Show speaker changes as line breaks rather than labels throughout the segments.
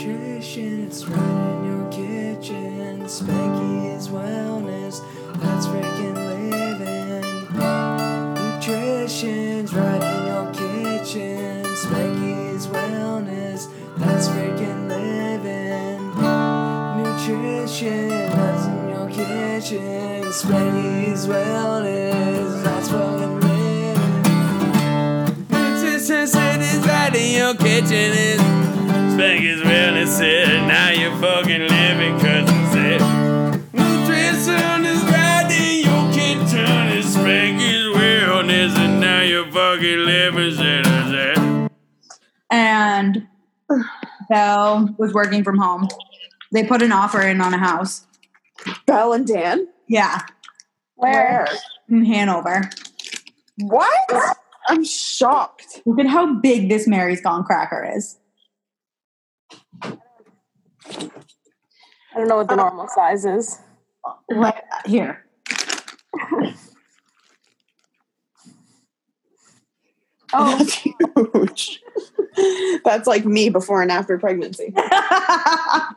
kitchen, it's right in your kitchen. Spanky's wellness, that's freaking living. Nutrition's right in your kitchen. Spanky's wellness, that's freaking living. Nutrition, that's in your kitchen. Spanky's wellness, that's fucking living. Nutrition is right in your kitchen. It's Spank is really sick. Now you're fucking living cause I'm sick. Nutrition is right in your kitchen. And spank is realness. And now you're fucking living shit. I'm sick.
and Belle was working from home. They put an offer in on a house.
Belle and Dan.
Yeah, in Hanover.
What? I'm shocked.
Look at how big this Mary's Gone Cracker is.
I don't know what the normal size is.
Like here.
Oh,
That's huge. That's like me before and after pregnancy.
I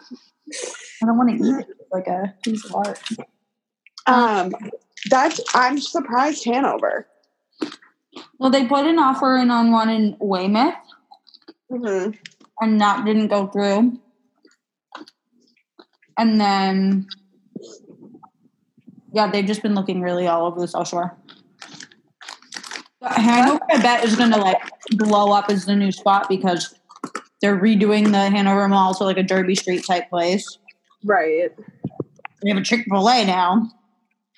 don't want to eat it It's like a piece of art.
Um, that's I'm surprised Hanover.
Well, they put an offer in on one in Weymouth,
hmm
and that didn't go through. And then, yeah, they've just been looking really all over the South Shore. But Hanover, I bet, is going to like blow up as the new spot because they're redoing the Hanover Mall to like a Derby Street type place.
right.
They have a Chick Fil A now.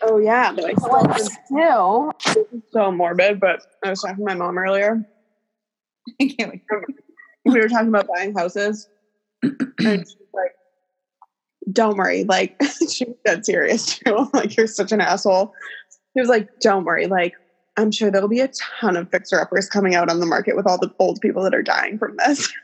Oh yeah, but I
Well, it's two.
so morbid. But I was talking to my mom earlier.
I can't wait.
We were talking about buying houses, and she's like, "Don't worry." Like she was dead serious too. I'm like you're such an asshole. She was like, "Don't worry." Like I'm sure there'll be a ton of fixer uppers coming out on the market with all the old people that are dying from this.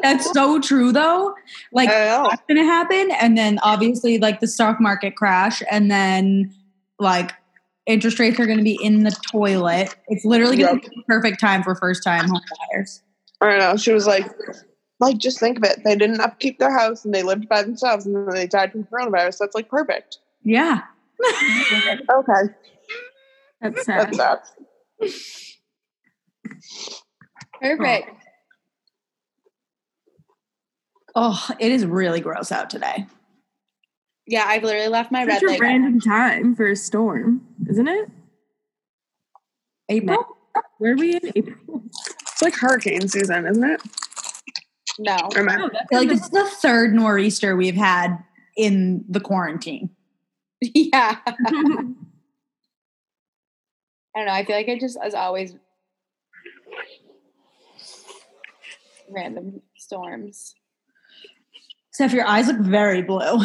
That's so true, though. Like,
I know.
that's gonna happen and then obviously like the stock market crash and then like interest rates are gonna be in the toilet it's literally gonna
Yep.
be the perfect time for first time home buyers
I don't know. She was like, like just think of it. They didn't upkeep their house and they lived by themselves and then they died from coronavirus. That's like perfect.
yeah
Okay,
That's
that's that.
Perfect.
oh it is really gross out today
Yeah, I've literally left my
Such
red
a
light. on.
random time for a storm, isn't it?
april
Where are we in April?
It's like hurricane season, isn't it?
No,
Or am I-
Oh, that's
I feel like
in
this is the third nor'easter we've had in the quarantine
yeah. I
the-
don't know. I feel like I just, as always, random storms.
Steph, your eyes look very blue.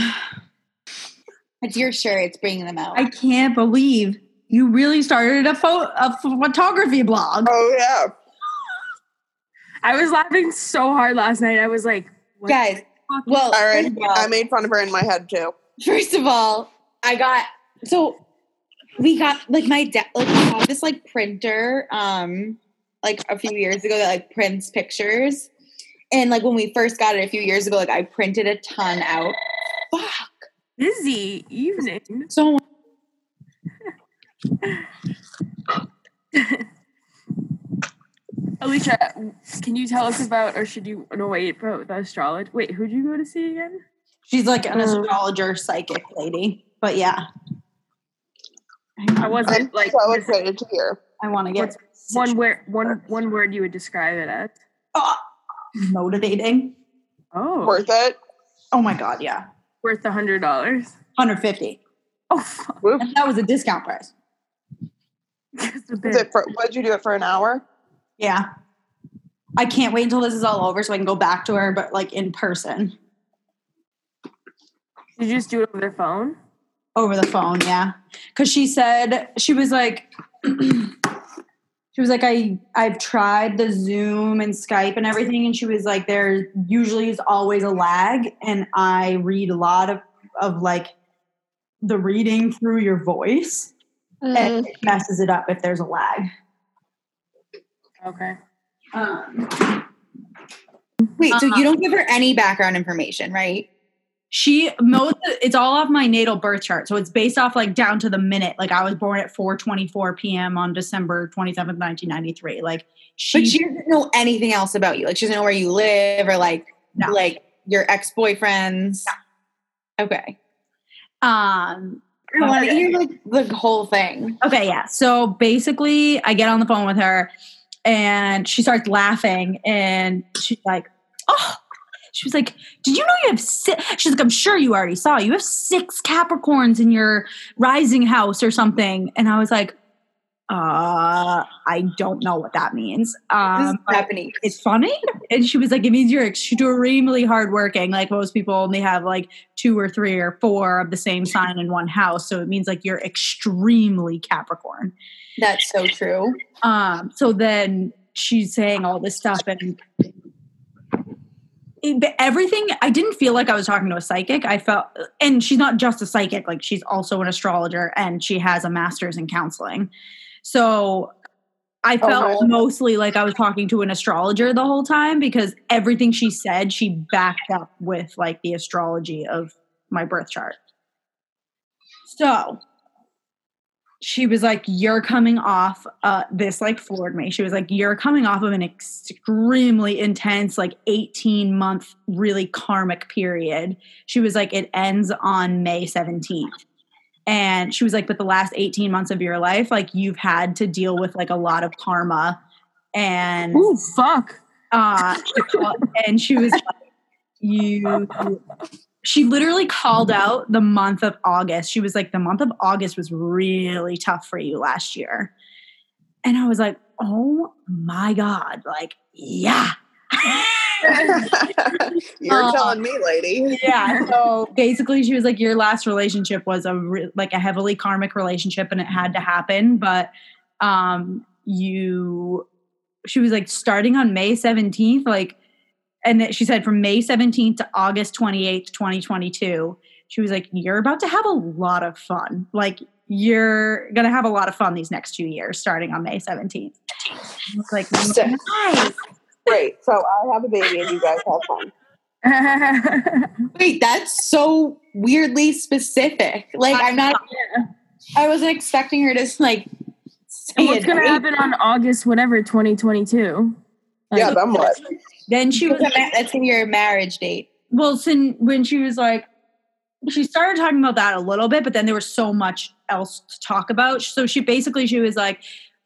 It's your shirt. It's bringing them out.
I can't believe you really started a, pho- a photography blog.
Oh yeah.
I was laughing so hard last night. I was like, what
guys.
the fuck?
Well,
All right.
first of
I
all-
made fun of her in my head too.
First of all, I got so we got like my dad like we have this like printer um like a few years ago that like prints pictures. And like when we first got it a few years ago, like I printed a ton out. Fuck.
busy evening.
So
Alicia, can you tell us about, or should you? No, wait, bro, the astrology. Wait, who'd you go to see again?
She's like an
Mm.
astrologer, psychic lady. But yeah.
I
I'm
wasn't like
so
this-
excited to hear.
I want to get
one word. One one word you would describe it as.
motivating.
Oh, worth,
Worth it.
Oh my God, yeah.
a hundred dollars.
150.
Oh, fuck.
Whoop.
And that was a discount price.
Just a
Is
bit.
it for, what'd you do it for an hour?
Yeah. I can't wait until this is all over so I can go back to her, but like in person
Did you just do it over their phone?
over the phone. Yeah. Cause she said, she was like, she was like, I, I've tried the Zoom and Skype and everything. And she was like, there usually is always a lag. And I read a lot of, of like the reading through your voice. and it messes it up if there's a lag.
Okay.
Um,
Wait, so you don't give her any background information, right?
She most it's all off my natal birth chart, so it's based off like down to the minute. Like I was born at 4:24 p.m. on December 27th, 1993. Like she,
But she doesn't know anything else about you. Like she doesn't know where you live or like
No.
like your ex boyfriends. Okay,
um
I want to hear like the whole thing.
Okay, yeah. So basically, I get on the phone with her and she starts laughing and she's like, oh, she was like, did you know you have six? She's like, I'm sure you already saw. You have six Capricorns in your rising house or something. And I was like, uh, I don't know what that means.
This is
Um, but
Japanese.
it's funny. And she was like, it means you're extremely hardworking. Like most people only have like two or three or four of the same sign in one house. So it means like you're extremely Capricorn.
That's so true.
Um, so then she's saying all this stuff, and it- but everything. I didn't feel like I was talking to a psychic. I felt, and she's not just a psychic; like she's also an astrologer, and she has a master's in counseling. So I
Oh,
felt
really?
mostly like I was talking to an astrologer the whole time because everything she said, she backed up with like the astrology of my birth chart. So she was like, You're coming off, uh, this like floored me. She was like, You're coming off of an extremely intense, like 18 month, really karmic period. She was like, It ends on May 17th. And she was like, But the last 18 months of your life, like you've had to deal with like a lot of karma. And
Ooh, fuck.
uh, and she was like, "You." She literally called out the month of August. She was like, "The month of August was really tough for you last year," and I was like, "Oh my god!" Like, yeah,
You're
Uh,
telling me, lady.
yeah. So basically, she was like, "Your last relationship was a re- like a heavily karmic relationship, and it had to happen, but um, you." She was like, starting on May seventeenth, like, and that she said from May seventeenth to August twenty eighth, twenty twenty two. She was like, "You're about to have a lot of fun. Like, you're gonna have a lot of fun these next two years, starting on May seventeenth. Like,
Sick.
nice.
Great. So I have a baby and you guys have fun.
Wait, that's so weirdly specific. Like I'm not. I wasn't expecting her to like. Say
and what's
it.
gonna happen on August whatever 2022?
Yeah, then what?
Then she was like,
That's gonna be your marriage date.
well sin when she was like she started talking about that a little bit but then there was so much else to talk about so she basically she was like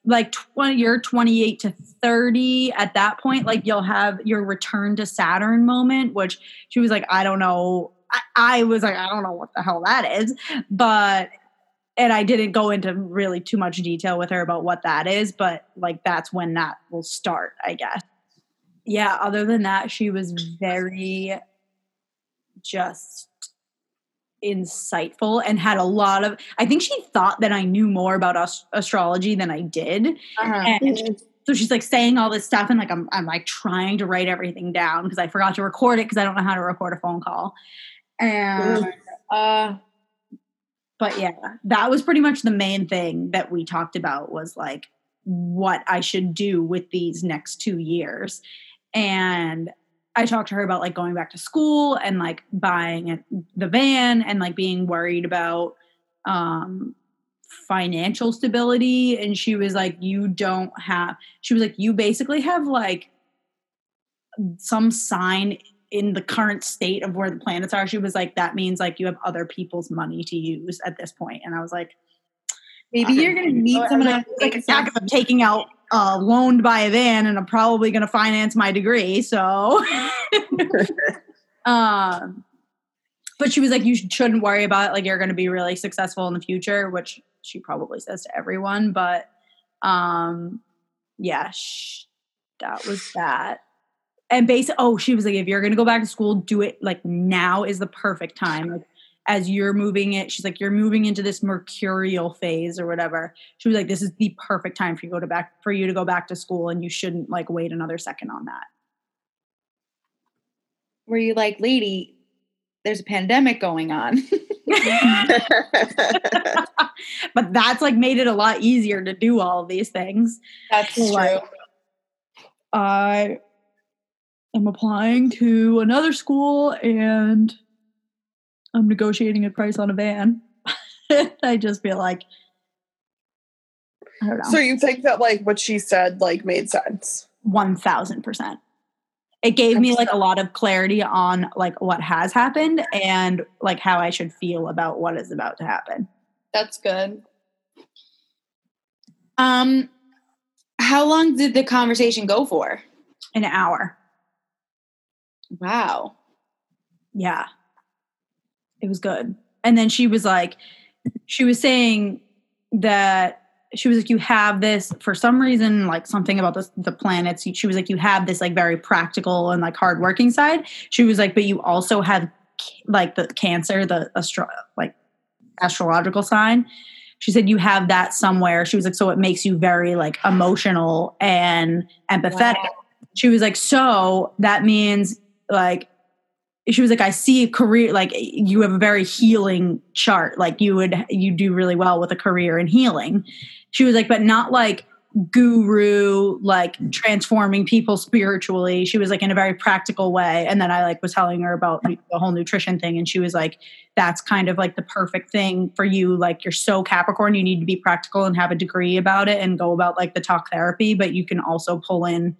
like 20 you're 28 to 30 at that point like you'll have your return to saturn moment which she was like i don't know i, I was like i don't know what the hell that is but and i didn't go into really too much detail with her about what that is but like that's when that will start i guess yeah other than that she was very just insightful and had a lot of i think she thought that i knew more about ast- astrology than i did
Uh-huh.
and so she's like saying all this stuff and like i'm, I'm like trying to write everything down because i forgot to record it because i don't know how to record a phone call and
Uh,
but yeah that was pretty much the main thing that we talked about was like what i should do with these next two years and i talked to her about like going back to school and like buying a- the van and like being worried about um financial stability and she was like you don't have she was like you basically have like some sign in the current state of where the planets are she was like that means like you have other people's money to use at this point and i was like
maybe you're gonna meet someone on
like a stack of taking out uh, loaned by a van and i'm probably going to finance my degree so um but she was like you shouldn't worry about it like you're going to be really successful in the future which she probably says to everyone but um yeah sh- that was that and basically oh she was like if you're going to go back to school do it like now is the perfect time like as you're moving it she's like you're moving into this mercurial phase or whatever she was like this is the perfect time for you to go to back for you to go back to school and you shouldn't like wait another second on that
where you like, lady, there's a pandemic going on.
but that's like made it a lot easier to do all of these things
That's
Like, I
I'm applying to another school and I'm negotiating a price on a van. I just feel like, I don't know.
So you think that like what she said like made sense?
one thousand percent. It gave me like a lot of clarity on like what has happened and like how I should feel about what is about to happen.
That's good. Um, how long did the conversation go for?
An hour,
Wow.
yeah, it was good. And then she was like, she was saying that she was like, you have this for some reason, like something about this, the planets. She was like, you have this like very practical and like hardworking side. She was like, but you also have ca- like the cancer, the astro- like astrological sign. She said you have that somewhere. She was like, so it makes you very like emotional and empathetic. She was like, so that means like she was like, I see a career like you have a very healing chart. Like you would you do really well with a career in healing. She was like, but not like guru like transforming people spiritually she was like in a very practical way and then i like was telling her about like, the whole nutrition thing and she was like that's kind of like the perfect thing for you like you're so capricorn you need to be practical and have a degree about it and go about like the talk therapy but you can also pull in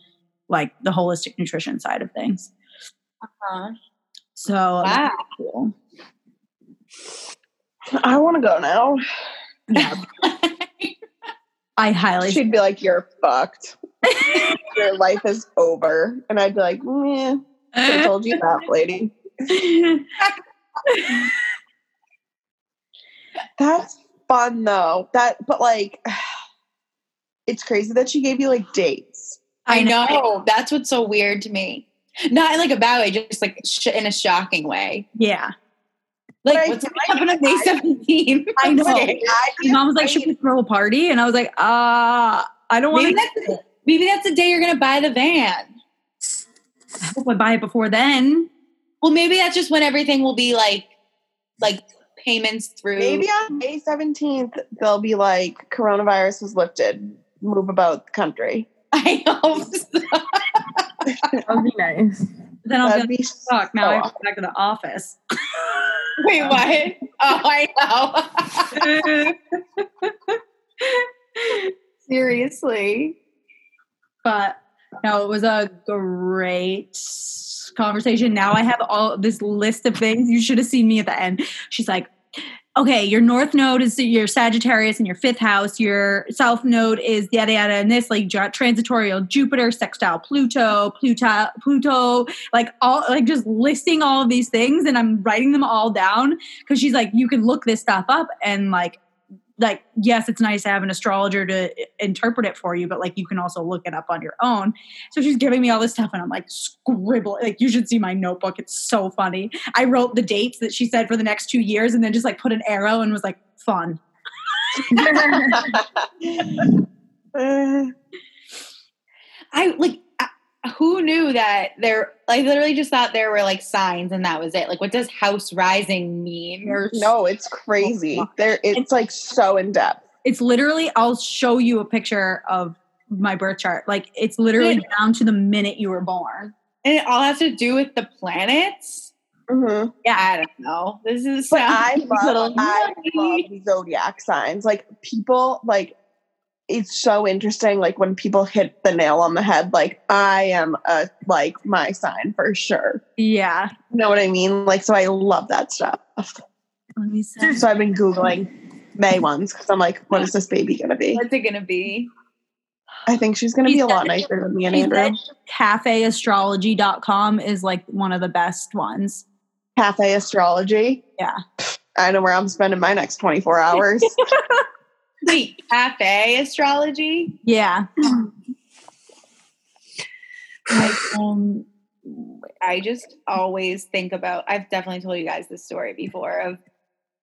like the holistic nutrition side of things
Uh-huh.
so
Wow.
cool.
I want to go now.
yeah i highly
She'd be like, "You're fucked. Your life is over," and I'd be like, "Meh." I told you that, lady. That's fun though. That, but like, it's crazy that she gave you like dates.
I know. That's what's so weird to me. Not in like a bad way, just like sh- in a shocking way.
yeah
But
Like,
I
what's going
feel
to happen on May 17?
I know.
Maybe
I
my mom was like
I
should we throw a party and i was like uh i don't want
that's, the- maybe that's the day you're going to buy the van.
to buy it before then
Well, maybe that's just when everything will be like, like payments through.
maybe on May seventeenth they'll be like, "Coronavirus is lifted. Move about the country."
I hope so.
That would be nice.
then i'll be
That'd
like
be
fuck now
so
i have to go back to the office
Wait, what? Oh, I know. Seriously.
but no, it was a great conversation. Now I have all this list of things. You should have seen me at the end. She's like, okay, your north node is your Sagittarius in your fifth house. Your south node is yada yada and this like dra- transitorial Jupiter, sextile Pluto, Pluto, Pluto, like all like just listing all of these things, and I'm writing them all down because she's like, you can look this stuff up and like. Like, yes, it's nice to have an astrologer to i- interpret it for you, but like you can also look it up on your own. So she's giving me all this stuff, and I'm like scribbling. Like, you should see my notebook. It's so funny. I wrote the dates that she said for the next two years and then just like put an arrow and was like, fun.
Uh,
I like I- who knew that there I literally just thought there were like signs and that was it. Like what does house rising mean?
There's-
no, it's crazy. There, it's like so in depth.
It's literally, I'll show you a picture of my birth chart. Like, it's literally down to the minute you were born.
And it all has to do with the planets?
Mm-hmm.
I don't know. This is
But
sounds
I
a
love,
little
I love
nutty.
zodiac signs. Like people, like it's so interesting. Like when people hit the nail on the head. Like I am a like my sign for sure.
Yeah.
You know what I mean? Like so, I love that stuff.
Let me see.
So I've been googling May ones because I'm like, what is this baby gonna be?
What's it gonna be?
I think she's gonna be a lot
She said-
nicer than me and
she said
Andrew.
cafeastrology.com is like one of the best ones.
Cafe astrology.
Yeah.
I know where I'm spending my next 24 hours.
Wait, cafe astrology?
Yeah. like, um,
I just always think about I've definitely told you guys this story before of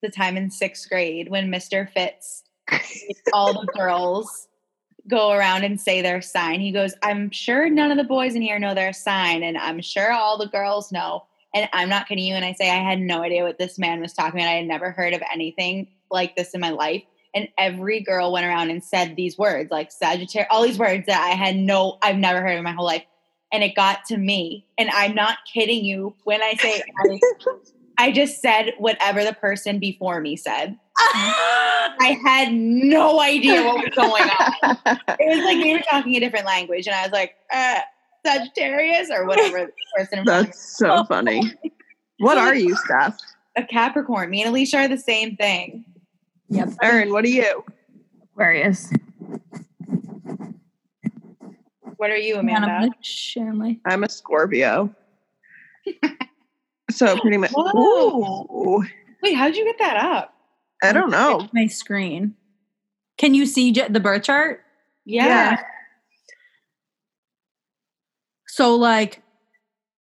the time in sixth grade when Mr. Fitz made all the girls go around and say their sign. He goes, I'm sure none of the boys in here know their sign, and I'm sure all the girls know. And I'm not kidding you. And I say I had no idea what this man was talking about. I had never heard of anything like this in my life. And every girl went around and said these words, like Sagittarius, all these words that I had no, I've never heard in my whole life and it got to me. And I'm not kidding you when I say I, I just said whatever the person before me said. I had no idea what was going on. It was like they were talking a different language, and I was like, uh, Sagittarius or whatever the person in front of me
That's
Oh.
so funny. What are you, Steph?
a Capricorn. Me and Alicia are the same thing.
Erin, what are you?
Aquarius.
What are you,
Man,
Amanda?
I'm gonna share my.
I'm a Scorpio. so pretty much.
Whoa.
Ooh,
Wait, how'd you get that up?
I don't know.
my screen. Can you see j- the birth chart?
Yeah.
Yeah.
So like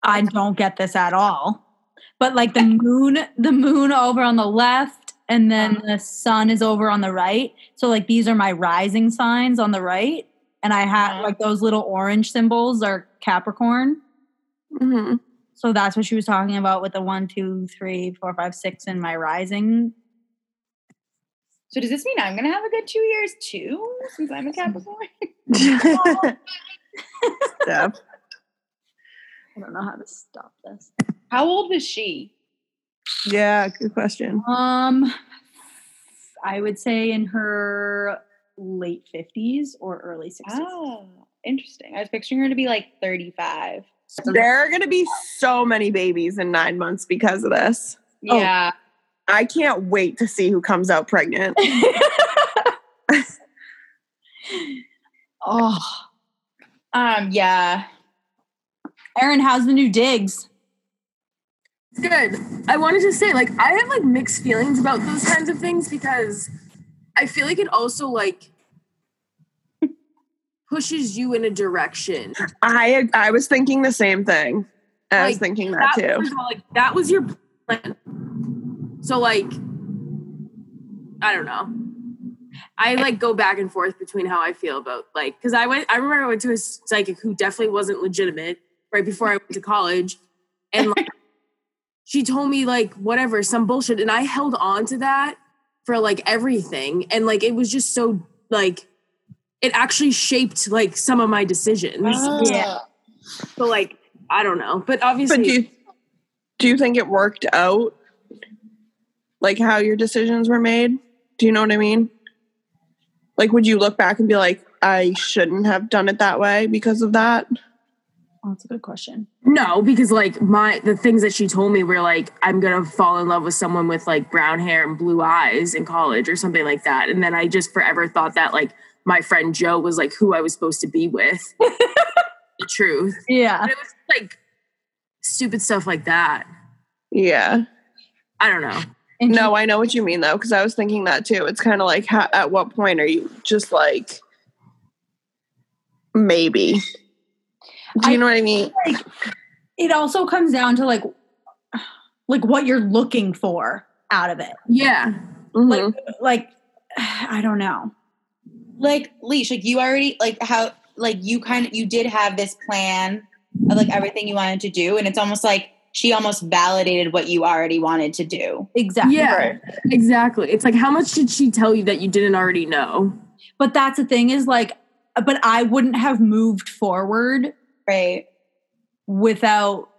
I don't get this at all. But like the moon the moon over on the left and then the sun is over on the right. So like these are my rising signs on the right and I have
Uh-huh.
like those little orange symbols are Capricorn.
hmm
So that's what she was talking about with the one, two, three, four, five, six and my rising.
So does this mean I'm gonna have a good two years too, since I'm a Capricorn?
Steph.
I don't know how to stop this.
How old was she?
Yeah, good question.
Um I would say in her late 50s or early 60s.
Oh, interesting. I was picturing her to be like 35.
There are going to be so many babies in nine months because of this.
Oh.
Yeah.
I can't wait to see who comes out pregnant.
Oh,
Um, yeah.
Aaron, how's the new digs?
It's good. I wanted to say, like, I have like mixed feelings about those kinds of things because I feel like it also like pushes you in a direction.
I I was thinking the same thing. I was
Like,
thinking that too.
was, like that was your plan. So like, I don't know. I like go back and forth between how I feel about like because I went. I remember I went to a psychic who definitely wasn't legitimate right before I went to college, and like, she told me like whatever some bullshit, and I held on to that for like everything, and like it was just so like it actually shaped like some of my decisions.
Yeah.
So like I don't know, but obviously
Ah. But do you, do you think it worked out? Like how your decisions were made? Do you know what I mean? Like, would you look back and be like, I shouldn't have done it that way because of that?
Oh, that's a good question.
No, because like my the things that she told me were like I'm gonna fall in love with someone with like brown hair and blue eyes in college or something like that, and then I just forever thought that like my friend Joe was like who I was supposed to be with. the truth,
Yeah.
but it was like stupid stuff like that.
Yeah.
I don't know.
And
No, I know what you mean though, because I was thinking that too. It's kind of like, ha at what point are you just like, maybe? Do
I-
you know what I mean?
it also comes down to like, like what you're looking for out of it.
Yeah,
Mhm.
Like, I don't know.
Like Leash, like you already like how like you kind of you did have this plan of like everything you wanted to do, and it's almost like she almost validated what you already wanted to do.
Exactly.
yeah,
Right.
exactly. It's like how much did she tell you that you didn't already know?
But that's the thing is like, but I wouldn't have moved forward
Right.
without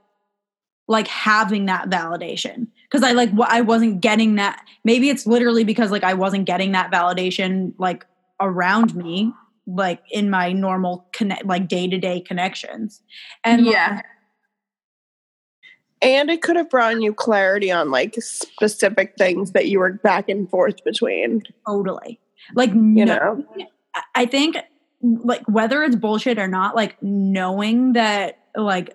like having that validation because i like wa- i wasn't getting that maybe it's literally because like i wasn't getting that validation like around me like in my normal connect like day-to-day connections and like,
yeah,
And it could have brought you clarity on like specific things that you were back and forth between,
totally like
you
no-
know?
I- i think like whether it's bullshit or not like knowing that like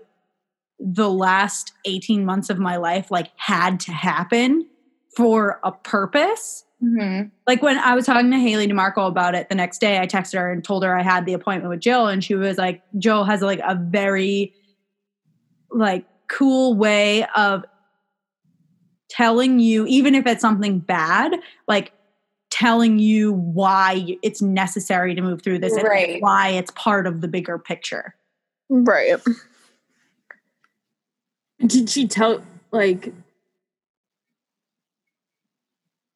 the last 18 months of my life like had to happen for a purpose
Mm-hmm.
like when I was talking to Haley DeMarco about it the next day, I texted her and told her I had the appointment with Jill, and she was like, Jill has like a very like cool way of telling you, even if it's something bad, like telling you why it's necessary to move through this and
Right.
why it's part of the bigger picture.
Right.
did she tell like?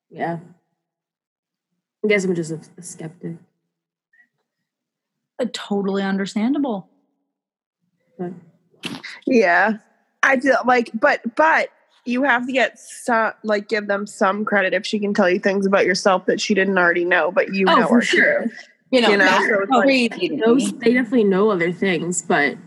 Yeah, I guess I'm just a- a skeptic.
Uh, totally understandable.
Yeah. I feel like but but you have to get some like give them some credit if she can tell you things about yourself that she didn't already know, but you
Oh,
know
for
are
sure.
true.
You know,
You know,
that's
so it's like-
crazy. to me.
Those they definitely know other things, but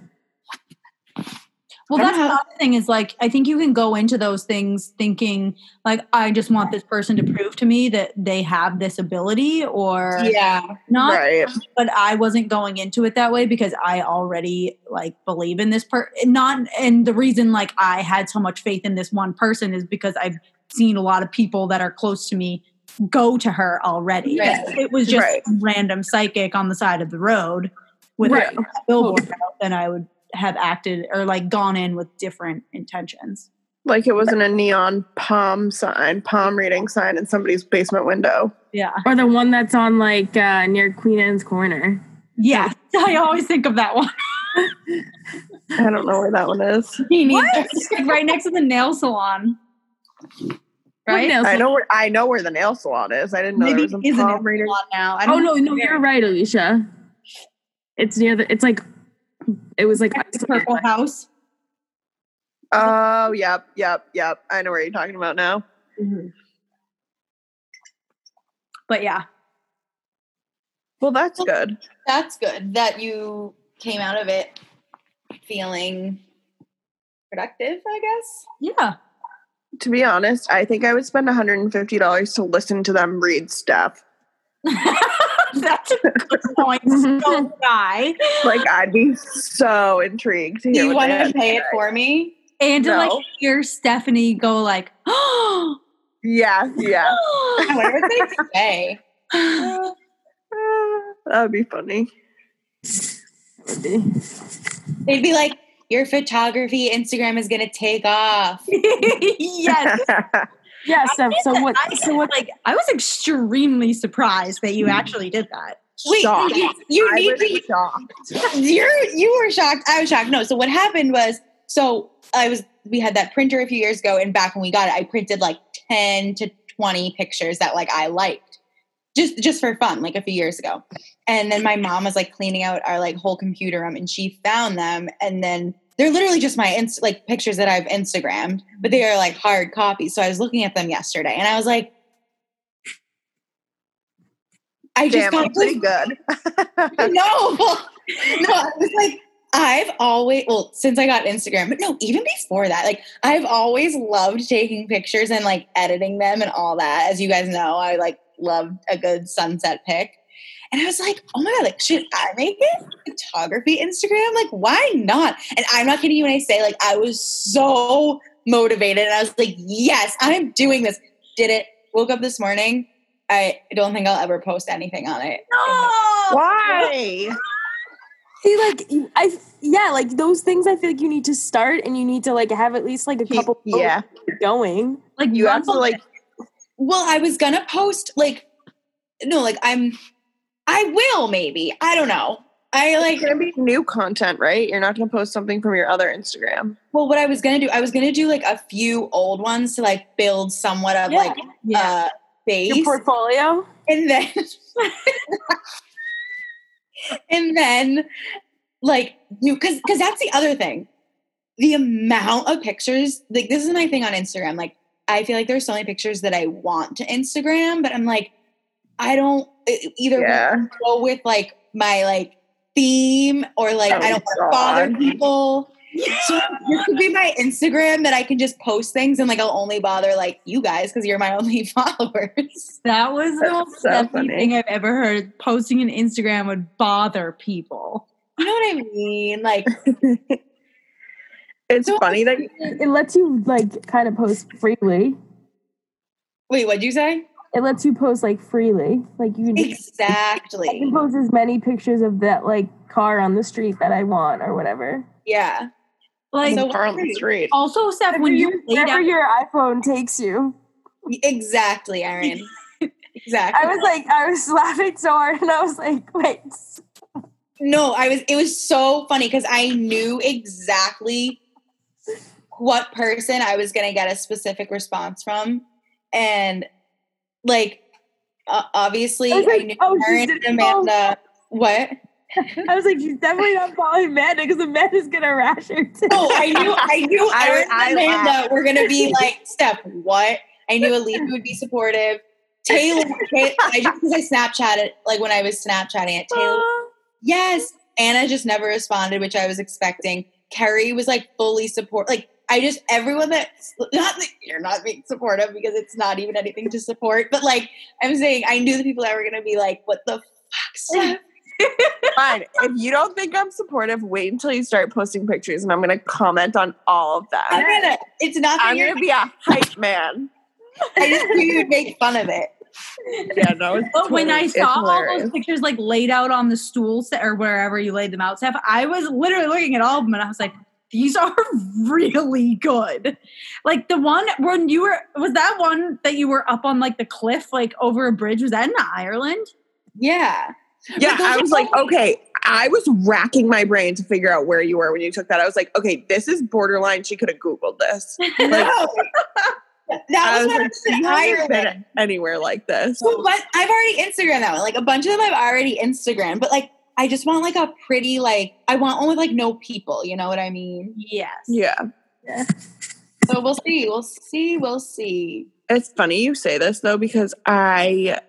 Well,
I
that's
don't know.
another thing is like, I think you can go into those things thinking, like, I just want this person to prove to me that they have this ability or
Yeah.
not.
Right.
But I wasn't going into it that way because I already like believe in this person. Not, and the reason like I had so much faith in this one person is because I've seen a lot of people that are close to me go to her already.
Right.
It was just
Right.
some random psychic on the side of the road with
Right.
a billboard out, then I would have acted or like gone in with different intentions.
Like it wasn't a neon palm sign, palm reading sign in somebody's basement window.
Yeah.
or the one that's on like uh, near Queen Anne's Corner.
Yeah. I always think of that one.
I don't know where that one is.
Me neither. It's like right next to the nail salon. Right?
What else?
I know where I know where the nail salon is. I didn't know
Maybe
there
it
was
is
a
a
palm
nail
reading.
salon now. I
Oh
don't
no, no, you're right, Alicia. It's near the. It's like. It was like
the purple house.
Oh, yep, yep, yep. I know where you're talking about now.
But yeah.
Well, that's good.
That's good that you came out of it feeling productive, I guess.
Yeah.
To be honest, I think I would spend $150 to listen to them read stuff.
That's a good point. So would I.
Like, I'd be so intrigued to hear
Do you
what
want
they
to
had.
pay it for me?
And to like
No.
hear Stephanie go like, oh,
Yeah, yeah.
I wonder what they say.
Uh, that'd be funny.
They'd be like, your photography Instagram is going to take off.
yes.
Yeah, Steph. So what?
I,
So what?
like I was extremely surprised that you actually did that.
Wait,
Shocked.
you, you
I
need
was
to
shocked.
you're you were shocked. I was shocked. No, so what happened was so I was we had that printer a few years ago, and back when we got it, I printed like ten to twenty pictures that like I liked. Just just for fun, like a few years ago. And then my mom was like cleaning out our like whole computer room and she found them and then they're literally just my inst- like pictures that I've Instagrammed, but they are like hard copies. So I was looking at them yesterday and I was like, I just
Damn, I'm
can't believe
pretty good.
no, no, I was like, I've always well since I got Instagram, but no, even before that, like I've always loved taking pictures and like editing them and all that. As you guys know, I like loved a good sunset pic, and I was like, oh my god, like should I make it photography Instagram? Like why not? And I'm not kidding you when I say like I was so motivated, and I was like, yes, I'm doing this. Did it? Woke up this morning. I don't think I'll ever post anything on it.
Why?
See, like you- I, yeah, like those things. I feel like you need to start, and you need to like have at least like a
Keep-
couple.
yeah.
going.
Like
You have to,
Rumble-
like,
Well, I was gonna post like no, like I'm I will maybe. I don't know. I
it's
like
going to be new content, right? You're not going to post something from your other Instagram.
well what I was gonna do, I was gonna do like a few old ones to like build somewhat of
Yeah.
like
yeah.
uh
Your
base
portfolio.
and then and then like you cause cause that's the other thing. The amount of pictures, like this is my thing on Instagram. Like I feel like there's so many pictures that I want to Instagram, but I'm like, I don't e- either one
Yeah.
go with like my like theme or like
Oh,
I don't
God.
want to bother people. So this could be my Instagram that I can just post things and like I'll only bother like you guys because you're my only followers.
That was the
That's
most
so
Stephanie
funny.
thing I've ever heard. Posting an Instagram would bother people.
You know what I mean? Like
It's
So-
funny that
It lets you like kind of post freely.
wait, what'd you say?
It lets you post like freely. Like you can just I
Exactly.
can post as many pictures of that like car on the street that I want or whatever.
Yeah.
Like
So-
car on the street.
also Steph, when you laid
wherever
out
your iPhone takes you.
Exactly, Erin. exactly.
I was like, I was laughing so hard, and I was like, wait,
No, I was. It was so funny because I knew exactly what person I was going to get a specific response from, and like uh, obviously
I was
I
like,
knew
oh, she's
Karen and
difficult.
Amanda. What?
I was like, she's definitely not following Amanda because Amanda's gonna rash her too.
Oh, I knew, I knew
I-
Erin
I
and Amanda
laughed.
were gonna be like, Steph, what? I knew Alita would be supportive. Taylor, Ta- I just because I Snapchatted, like when I was Snapchatting it, Taylor, yes. Anna just never responded, which I was expecting. Carrie was like fully support, like I just everyone that not that you're not being supportive because it's not even anything to support, but like I'm saying, I knew the people that were gonna be like, what the fuck, Steph?
Fine. If you don't think I'm supportive, wait until you start posting pictures and I'm going to comment on all of
I'm
that.
gonna, it's not that
I'm
you're
going to be a hype man.
I just knew you'd make fun of it.
Yeah, no. It's
But when
totally-
I
it's
saw all
hilarious.
those pictures like laid out on the stool set or wherever you laid them out, Steph, I was literally looking at all of them and I was like, these are really good. Like the one when you were was that one that you were up on like the cliff, like over a bridge, was that in Ireland?
Yeah.
Yeah, I was like, okay, I was racking my brain to figure out where you were when you took that. I was like, okay, this is borderline. She could have Googled this. Like,
That
I
was,
was
when
like,
I was in
you haven't
Ireland.
been anywhere like this.
So, but I've already Instagrammed that one. Like a bunch of them I've already Instagrammed, but like I just want like a pretty like I want one with like no people, you know what I mean?
Yes.
Yeah.
So we'll see. We'll see. We'll see.
It's funny you say this though because I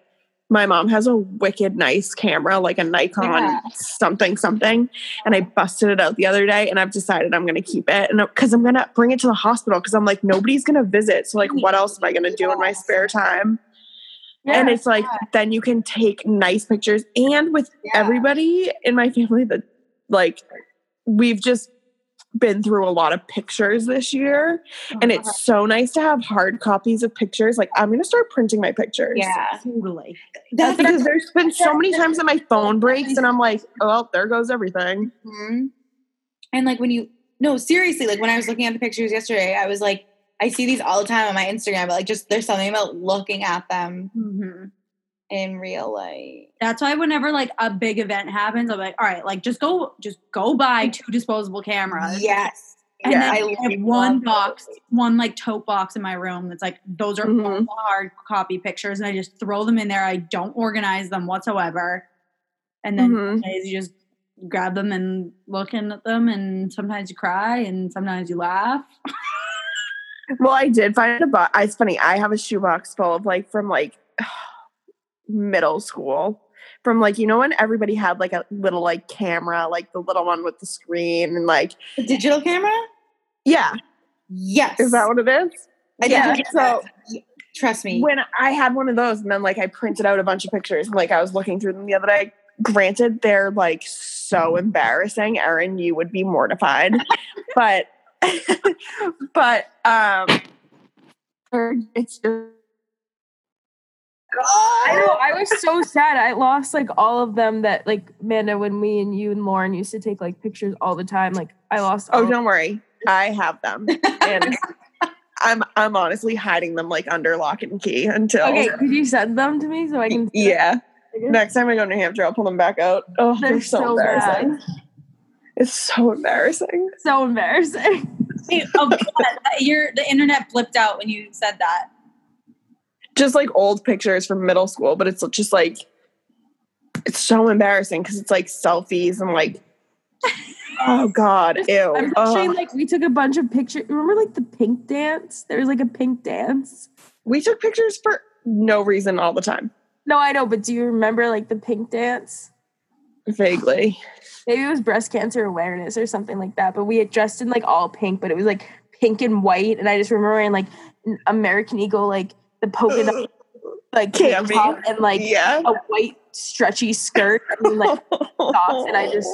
my mom has a wicked nice camera, like a Nikon
Yeah.
something something, and I busted it out the other day and I've decided I'm going to keep it and cuz I'm going to bring it to the hospital cuz I'm like nobody's going to visit. So like what else am I going to do in my spare time? And it's like then you can take nice pictures and with
Yeah.
everybody in my family that like we've just been through a lot of pictures this year and it's so nice to have hard copies of pictures like i'm going to start printing my pictures
Yeah.
Totally.
That's what
because there's been so many times that my phone breaks and i'm like oh there goes everything
Mhm. And like when you no, seriously, like when I was looking at the pictures yesterday, I was like, I see these all the time on my Instagram, but like just there's something about looking at them
hmm
in real life.
That's why whenever like a big event happens, I'm like, all right, like just go, just go buy two disposable cameras.
Yes.
And
Yeah.
then I,
I
have one
love
box,
those.
one like tote box in my room that's like those are
Mhm.
all hard copy pictures, and I just throw them in there. I don't organize them whatsoever, and then
Mhm.
days you just grab them and look in at them, and sometimes you cry, and sometimes you laugh.
well i did find a box it's funny i have a shoebox full of like from like middle school from like you know when everybody had like a little like camera like the little one with the screen and like
The digital camera?
yeah
Yes.
is that what it is
I
yeah
did.
so
Trust me.
when I had one of those, and then like I printed out a bunch of pictures, and like I was looking through them the other day. Granted, they're like so embarrassing, Erin. You would be mortified, but but um, it's just
I know. I was so sad. I lost like all of them that like Amanda, when me and you and Lauren used to take like pictures all the time. Like I lost. All
oh,
of them.
don't worry, I have them, and I'm I'm honestly hiding them like under lock and key until
Okay, could you send them to me so I can? see
yeah.
them?
Next time I go to New Hampshire, I'll pull them back out. Oh, they're,
They're
so,
so bad.
embarrassing. It's so embarrassing.
So embarrassing.
Hey, oh, God, that- your the internet blipped out when you said that.
just like old pictures from middle school, but it's just like it's so embarrassing because it's like selfies and like oh god, ew.
I'm
Ugh.
picturing like we took a bunch of pictures. Remember like the pink dance? There was like a pink dance.
we took pictures for no reason all the time,
No, I know, but do you remember like the pink dance?
vaguely.
Maybe it was breast cancer awareness or something like that. But we had dressed in like all pink, but it was like pink and white. And I just remember in like an American Eagle, like the polka dot, like
Cami.
top and like
yeah.
a white stretchy skirt and like socks, and I just-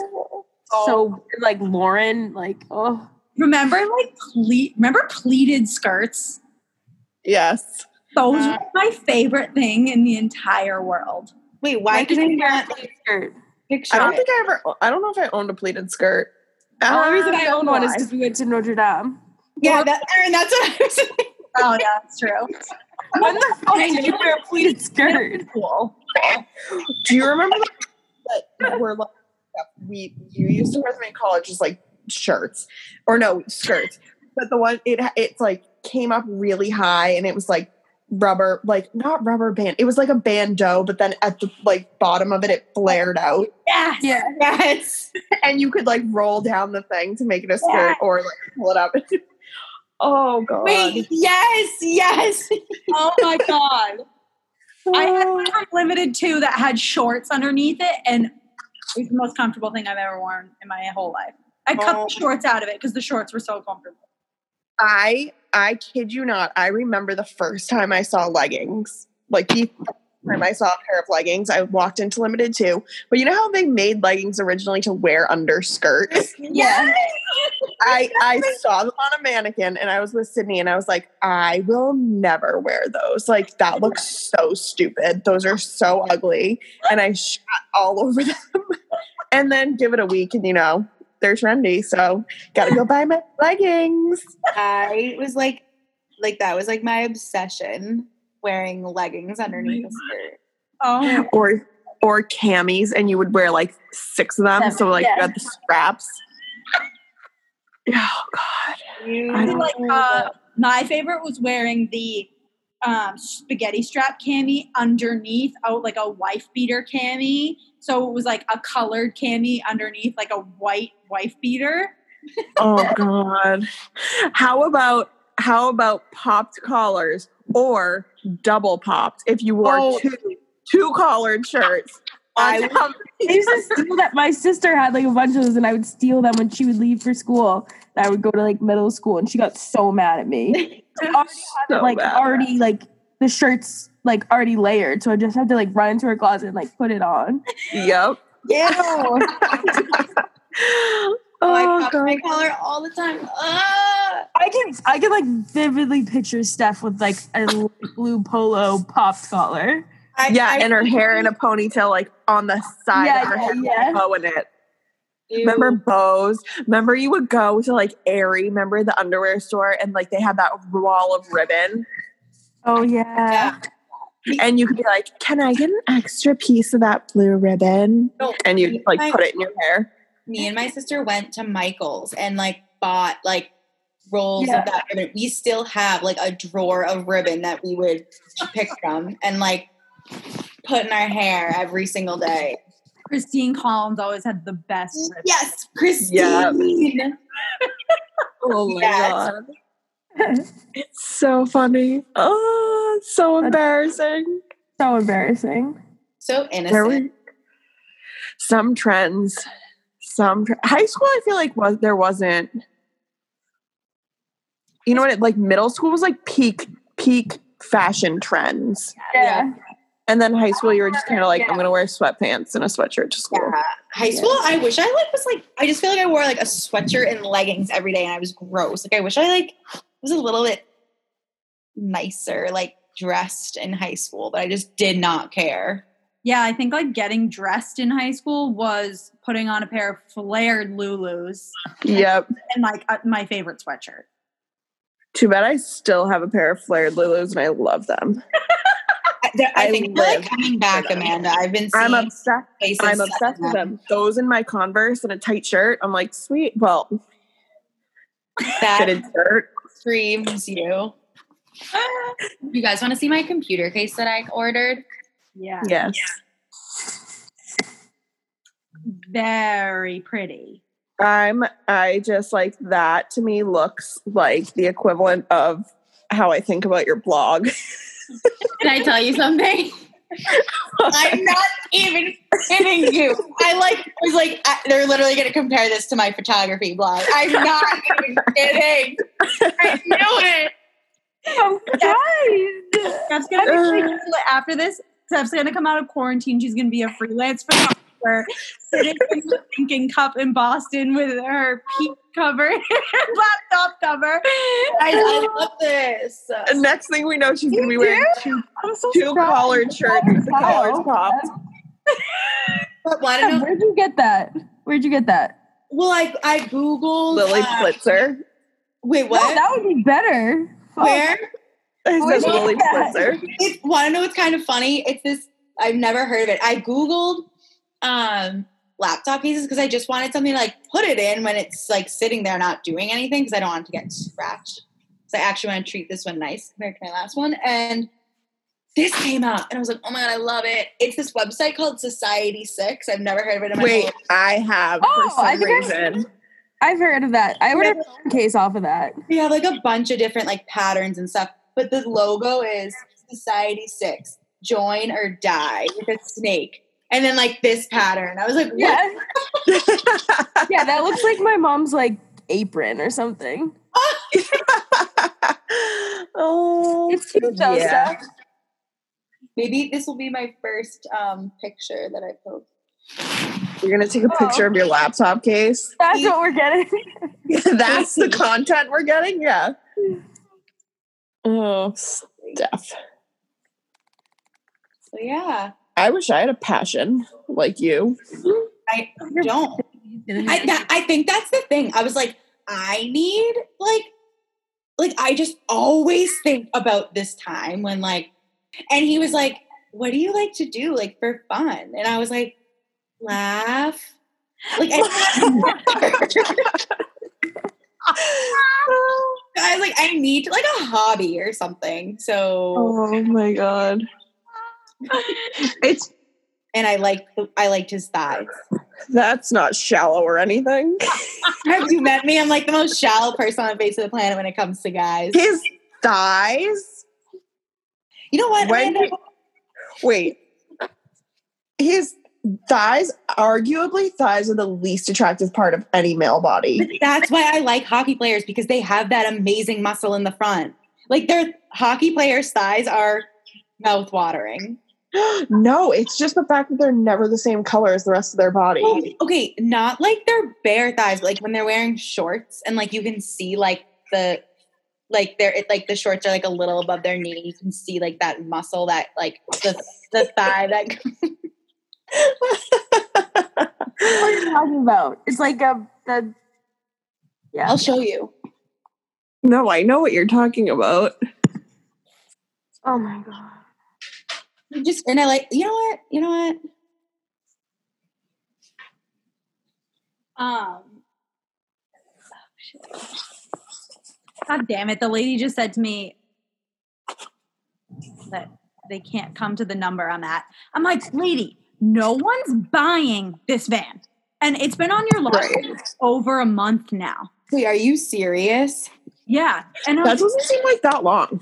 so like Lauren, like oh
Remember like ple- remember pleated skirts.
yes.
Those were my favorite thing in the entire world.
Wait, why
Like,
can I
it's
not
a pink skirt.
picture
I don't
it?
think I ever I don't know if I owned a pleated skirt.
The only reason
Ah,
I own one is
why?
because we went to Notre Dame.
Yeah, that, Erin, that's what I was saying.
Oh yeah, that's true.
When the fuck did you wear a pleated skirt?
Cool.
Do you remember that, that were like that we you used to wear them in college just like shirts or no skirts, but the one it it's like came up really high and it was like rubber, like not rubber band. It was like a bandeau, but then at the like bottom of it, it flared out,
Yes.
Yeah.
Yes.
and you could like roll down the thing to make it a skirt or like pull it up. oh god!
Wait, yes, yes.
Oh my god. I had one from Limited too that had shorts underneath it, and it was the most comfortable thing I've ever worn in my whole life. I cut
Oh.
the shorts out of it because the shorts were so comfortable.
I I kid you not. I remember the first time I saw leggings. Like the first time I saw a pair of leggings, I walked into limited too. But you know how they made leggings originally to wear under skirts?
Yes.
I I saw them on a mannequin, and I was with Sydney, and I was like, I will never wear those. Like that looks so stupid. Those are so ugly, and I shot all over them. and then give it a week, and you know they're trendy, so gotta go buy my leggings.
I was like, like that was like my obsession wearing
Oh
leggings underneath a skirt.
Oh,
or or camis and you would wear like six of them so like you had the straps oh god
You
I don't-
like uh, my favorite was wearing the um, spaghetti strap cami underneath, oh, like a wife beater cami. So it was like a colored cami underneath, like a white wife beater.
oh god how about how about popped collars or double popped if you wore
Oh.
two two collared shirts
I
on top of
I used to steal that. My sister had like a bunch of those, and I would steal them when she would leave for school. And I would go to like middle school, and she got so mad at me. I already had
So
it, like
bad.
already like the shirts like already layered, so I just had to like run into her closet and like put it on.
yep
Ew.
oh,
Oh, I popped
god
my collar all the time. Ah!
I can I can like vividly picture Steph with like a light blue polo popped collar.
I,
yeah
I-
and her hair in a ponytail like on the side of
Yeah,
her
yeah,
head with
yeah.
a bow in it
Ew.
Remember Bose? Remember you would go to like Aerie, remember the underwear store and like they had that wall of ribbon
Oh yeah.
Yeah.
and you could be like, Can I get an extra piece of that blue ribbon?
No,
And you just like
I-
put it in your hair.
me and my sister went to Michael's and like bought like rolls
Yeah.
of that ribbon. We still have like a drawer of ribbon that we would pick from and like put in our hair every single day.
Christine Collins always had the best.
Mm,
ribbon.
Yes, Christine.
Oh
my Yes.
God.
It's so funny. Oh it's so embarrassing.
So embarrassing.
So
There
innocent.
were some trends. Some tr- high school I feel like was there wasn't you know what it like middle school was like peak peak fashion trends.
Yeah.
And then high school, you were just kind of like,
Yeah.
I'm going to wear sweatpants and a sweatshirt to school.
Yeah. High school, I wish I like was like I just feel like I wore like a sweatshirt and leggings every day and I was gross. Like I wish I like was a little bit nicer, like dressed in high school, but I just did not care.
Yeah, I think like getting dressed in high school was putting on a pair of flared Lulus
Yep.
and like uh, my favorite sweatshirt.
Too bad I still have a pair of flared Lulus and I love them.
I, there- I
I
think they're
live
like coming back,
for them.
Amanda. I've been seeing
I'm obsessed.
places.
I'm
selling
obsessed with them. Those in my Converse and a tight shirt. I'm like, sweet. Well,
That
fitted shirt.
screams you. You guys want to see my computer case that I ordered?
Yeah.
Yes.
Very pretty.
I'm, I just like that to me looks like the equivalent of how I think about your blog.
Can I tell you something? I'm not even kidding you. I like I was like I, they're literally going to compare this to my photography blog. I'm not even kidding. I knew it.
Oh God.
Steph's gonna be like, after this. Steph's gonna come out of quarantine. She's gonna be a freelance photographer, sitting in the thinking cup in Boston with her peak cover, laptop cover.
Guys, I love this.
And next thing we know, she's going to be wearing two,
I'm so
two collared shirts with the collars popped.
But want to know?
Where'd you get that? Where'd you get that?
Well, I I googled
Lily
uh,
Plitzer.
Wait,
No,
Oh,
what?
that would be better. Fuck.
Where?
It
where'd
says
you
Lily
get that?
Plitzer.
it, want to know what's kind of funny? It's this. I've never heard of it. I googled um, laptop cases because I just wanted something to like put it in when it's like sitting there not doing anything because I don't want it to get scratched. So I actually want to treat this one nice compared to my last one. And this came out, and I was like, oh my god, I love it. It's this website called Society Six. I've never heard of it. In my
Wait,
whole-
I have
Oh,
for some
I think I've-
reason.
I've heard of that. I ordered a case off of that.
we have like a bunch of different like patterns and stuff, but the logo is Society Six. Join or die with a snake, and then like this pattern. I was like, what?
Yeah. yeah, that looks like my mom's like apron or something.
oh,
It's cute though,
yeah.
Steph.
Maybe this will be my first um, picture that I post.
You're gonna
Oh.
take a picture of your laptop case.
That's what we're getting.
That's the content we're getting. Yeah. Oh, Steph.
So yeah,
I wish I had a passion like you.
I don't. I that, I think that's the thing. I was like, I need like, like I just always think about this time when like, and he was like, "What do you like to do like for fun?" And I was like, "Laugh." Like I, I was like, I need like a hobby or something. So
Oh my god. It's
and I like I liked his thighs.
That's not shallow or anything.
Have you met me? I'm like the most shallow person on the face of the planet when it comes to guys.
His thighs.
You know what?
When
Amanda?
you- wait, his thighs, arguably, thighs are the least attractive part of any male
But
body.
that's why I like hockey players because they have that amazing muscle in the front. Like their hockey players' thighs are mouth watering.
no, it's just the fact that they're never the same color as the rest of their body.
Okay, not like their bare thighs, but like when they're wearing shorts and like you can see like the like they're it, like the shorts are like a little above their knee. You can see like that muscle that like the the thigh that
What are you talking about? It's like a the yeah.
I'll show you.
No, I know what you're talking about.
Oh my god.
Just and I like you know what you know what. Um,
God damn it. The lady just said to me that they can't come to the number on that. I'm like, lady, no one's buying this van. And it's been on your lot for over a month now.
wait, are you serious?
Yeah. And I
That
was,
doesn't seem like that long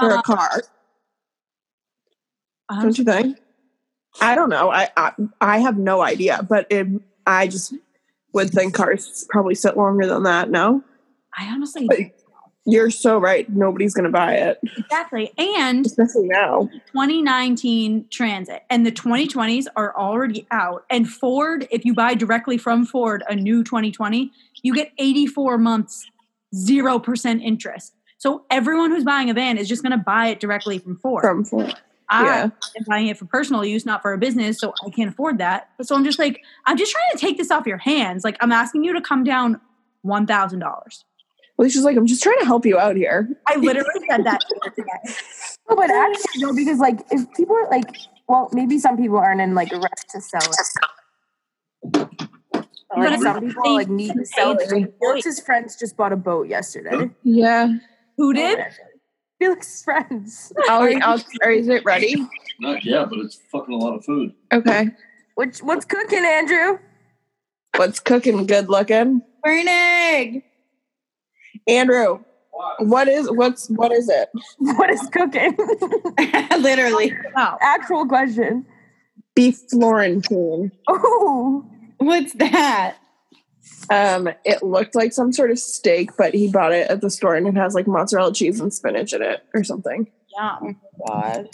for
Uh,
a car,
um,
don't you think? I don't know. I I, I have no idea, but it, I just would think cars probably sit longer than that. No,
I honestly
But- you're so right. Nobody's gonna buy it,
exactly. And
especially now.
2019 Transit and the 2020s are already out. And Ford, if you buy directly from Ford a new 2020, you get 84 months, 0% interest. So everyone who's buying a van is just going to buy it directly from Ford.
From
I
yeah.
am buying it for personal use, not for a business, so I can't afford that. But so I'm just like, I'm just trying to take this off your hands. Like, I'm asking you to come down $1,000.
Alicia's like, I'm just trying to help you out here.
I literally said that today.
No, but actually though, because like if people are like well, maybe some people aren't in like a rush to sell it.
But
Like
I
some
think
people like
they
need to
paid
sell it.
their
Like, Felix's friends just bought a boat yesterday.
yeah.
Who did?
Felix's friends.
I'll, I'll, or is it ready?
Not yet, but it's fucking a lot of food.
Okay.
Which what's cooking, Andrew?
What's cooking? Good looking,
Burn egg.
Andrew. What is what's what is it?
What is cooking?
Literally.
Oh,
Actual question.
Beef Florentine.
Oh,
What's that?
Um, it looked like some sort of steak, but he bought it at the store and it has like mozzarella cheese and spinach in it or something.
yum.
God.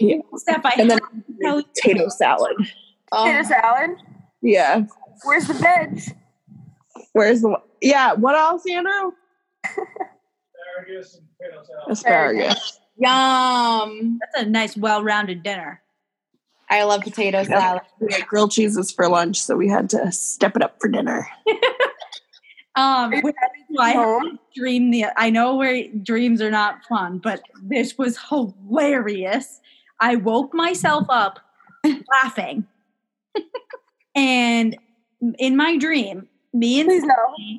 Yeah.
Steph, I
And then
Tell you-
potato salad.
Um,
Oh,
potato salad.
Yeah.
Where's the veg?
Where's the yeah, what else, Andrew? Asparagus.
Yum.
That's a nice, well-rounded dinner.
I love potato salad.
We had grilled cheeses for lunch, so we had to step it up for dinner.
Um, which is why I
Home.
dream the. I know where dreams are not fun, but this was hilarious. I woke myself up laughing, and in my dream, me and
Please no.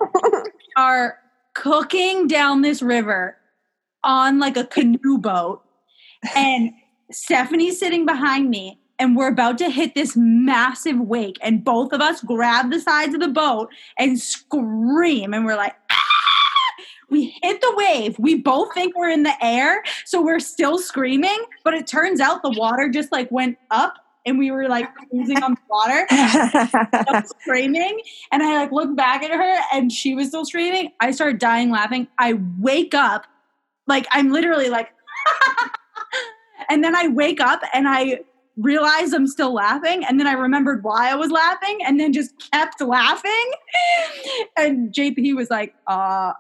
are cooking down this river on like a canoe boat, and Stephanie's sitting behind me, and we're about to hit this massive wake, and both of us grab the sides of the boat and scream, and we're like. "Ah!" We hit the wave. We both think we're in the air, so we're still screaming. But it turns out the water just like went up, and we were like cruising on the water up screaming and I like look back at her and she was still screaming. I start dying laughing. I wake up, like I'm literally like and then I wake up and I realize I'm still laughing and then I remembered why I was laughing and then just kept laughing. And JP was like, uh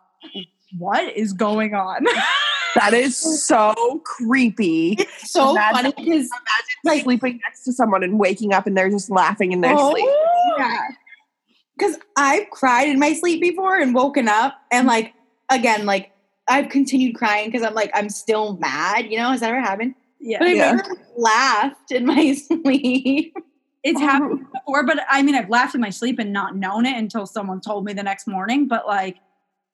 what is going on?
that is so creepy.
It's so
That's-
funny because
Like sleeping next to someone and waking up and they're just laughing in
Oh
their sleep.
yeah. Because I've cried in my sleep before and woken up
Mm-hmm.
and like again, like I've continued crying because I'm like I'm still mad. You know, has that ever happened? But
Yeah.
I've
Yeah.
never laughed in my sleep.
It's happened before, but I mean I've laughed in my sleep and not known it until someone told me the next morning, but like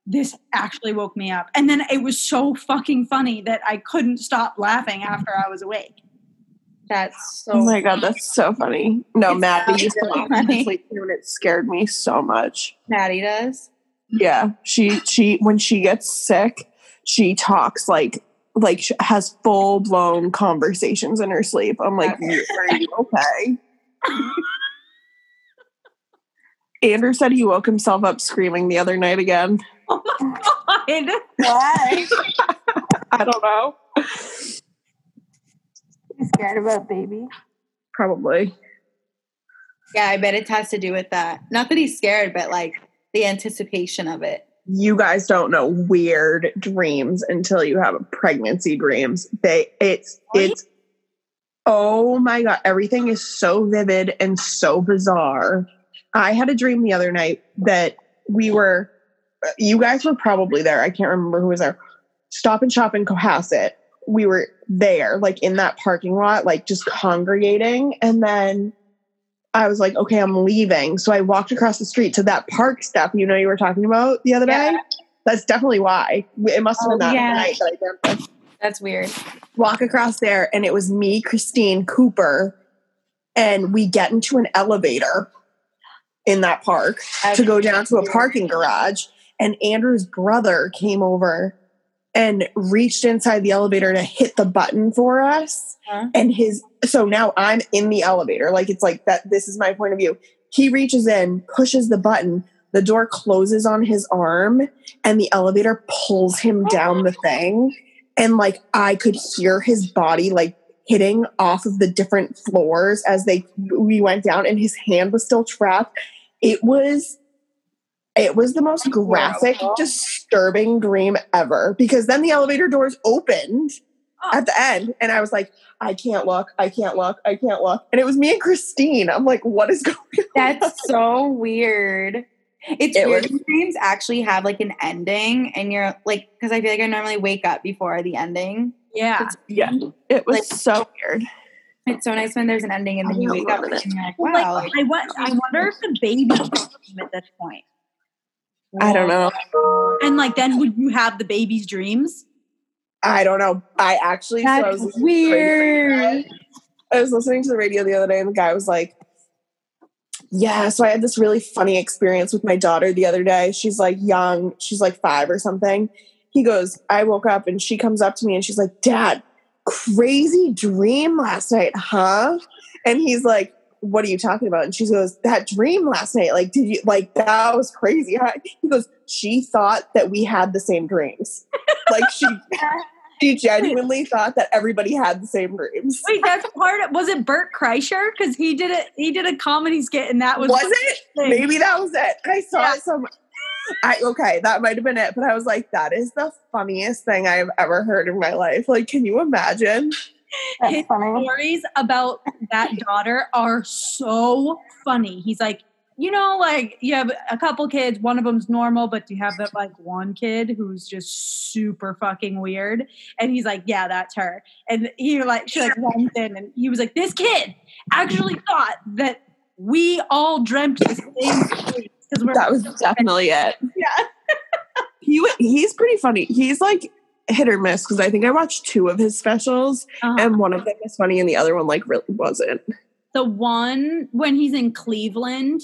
this actually woke me up. And then it was so fucking funny that I couldn't stop laughing after I was awake.
That's so.
Oh my god, that's so funny. No,
It's
Maddie
really
used to laugh in her
funny.
sleep too, and it scared me so much.
Maddie does.
Yeah, she she when she gets sick, she talks like like she has full blown conversations in her sleep. I'm like, are you okay? Andrew said he woke himself up screaming the other night again.
God.
Why?
I don't know.
You scared about baby?
Probably.
yeah, I bet it has to do with that. Not that he's scared, but like the anticipation of it.
You guys don't know weird dreams until you have pregnancy dreams. They it's it's oh my god, everything is so vivid and so bizarre. I had a dream the other night that we were you guys were probably there. I can't remember who was there. Stop and shop in Cohasset. We were there, like in that parking lot, like just congregating. And then I was like, okay, I'm leaving. So I walked across the street to that park step you know you were talking about the other
Yeah.
day. That's definitely why. It must have been
Oh,
that
yeah.
night that I dreamt this
That's weird.
walk across there and it was me christine cooper and we get into an elevator in that park to go down to a parking garage and andrew's brother came over and reached inside the elevator to hit the button for us
Huh?
and his so now i'm in the elevator like it's like that this is my point of view he reaches in pushes the button the door closes on his arm and the elevator pulls him down the thing and like i could hear his body like hitting off of the different floors as they we went down and his hand was still trapped it was it was the most graphic disturbing dream ever because then the elevator doors opened at the end and i was like i can't look i can't look i can't look and it was me and christine i'm like what is going on
That's so weird. It's
It
weird.
was-
when Dreams actually have like an ending, and you're like, because I feel like I normally wake up before the ending.
Yeah.
yeah it was
Like-
so weird
It's so nice when there's an ending, and then you
I
wake up
love
and
it.
you're like,
Well, like,
wow. like,
I, want, I wonder if the baby came at this point.
i don't know
And like then would you have the baby's dreams?
i don't know i actually so I was
that's
listening to the radio
weird.
I was listening to the radio the other day, and the guy was like, "Yeah." So I had this really funny experience with my daughter the other day. She's like young; she's like five or something. He goes, "I woke up, and she comes up to me, and she's like, Dad, crazy dream last night, huh?" And he's like, "What are you talking about?" And she goes, "That dream last night, like, did you like that was crazy?" Huh? He goes, "She thought that we had the same dreams, like she." She genuinely thought that everybody had the same dreams.
Wait, that's part of, was it Bert Kreischer? Because he did it he did a comedy skit and that was,
Was it?
thing.
Maybe that was it. I saw
Yeah.
some. I okay, that might have been it. But I was like, that is the funniest thing I have ever heard in my life. Like, can you imagine?
That's
His
funny.
stories about that daughter are so funny. He's like, you know, like you have a couple kids, one of them's normal, but you have that like one kid who's just super fucking weird. And he's like, yeah, that's her. And he like, she like runs in and he was like, this kid actually thought that we all dreamt the same dreams because we're
That was definitely it.
yeah.
He wa- he's pretty funny. He's like hit or miss because I think I watched two of his specials
Uh-huh.
and one of them was funny and the other one like really wasn't.
the one when he's in Cleveland,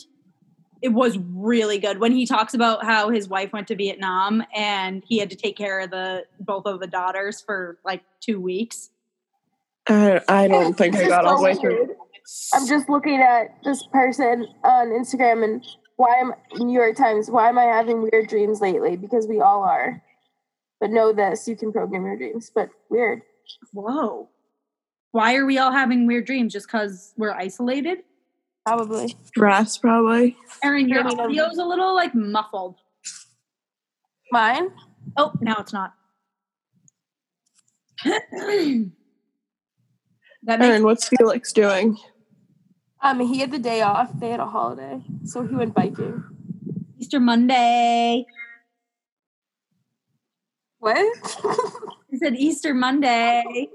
it was really good. When he talks about how his wife went to Vietnam and he had to take care of the both of the daughters for like two weeks.
I, I don't think I
This is
got all the
so
way through.
weird. I'm just looking at this person on Instagram and why am New York Times, why am I having weird dreams lately? Because we all are. But know this, you can program your dreams. But weird.
Whoa. Why are we all having weird dreams? Just because we're isolated?
Probably.
Dress probably.
Erin, your
I mean, I'm-
audio's a little like muffled.
Mine?
Oh, now it's not. that makes
Erin, what's Felix doing?
Um he had the day off. They had a holiday. So he went biking.
Easter Monday.
What?
He said Easter Monday.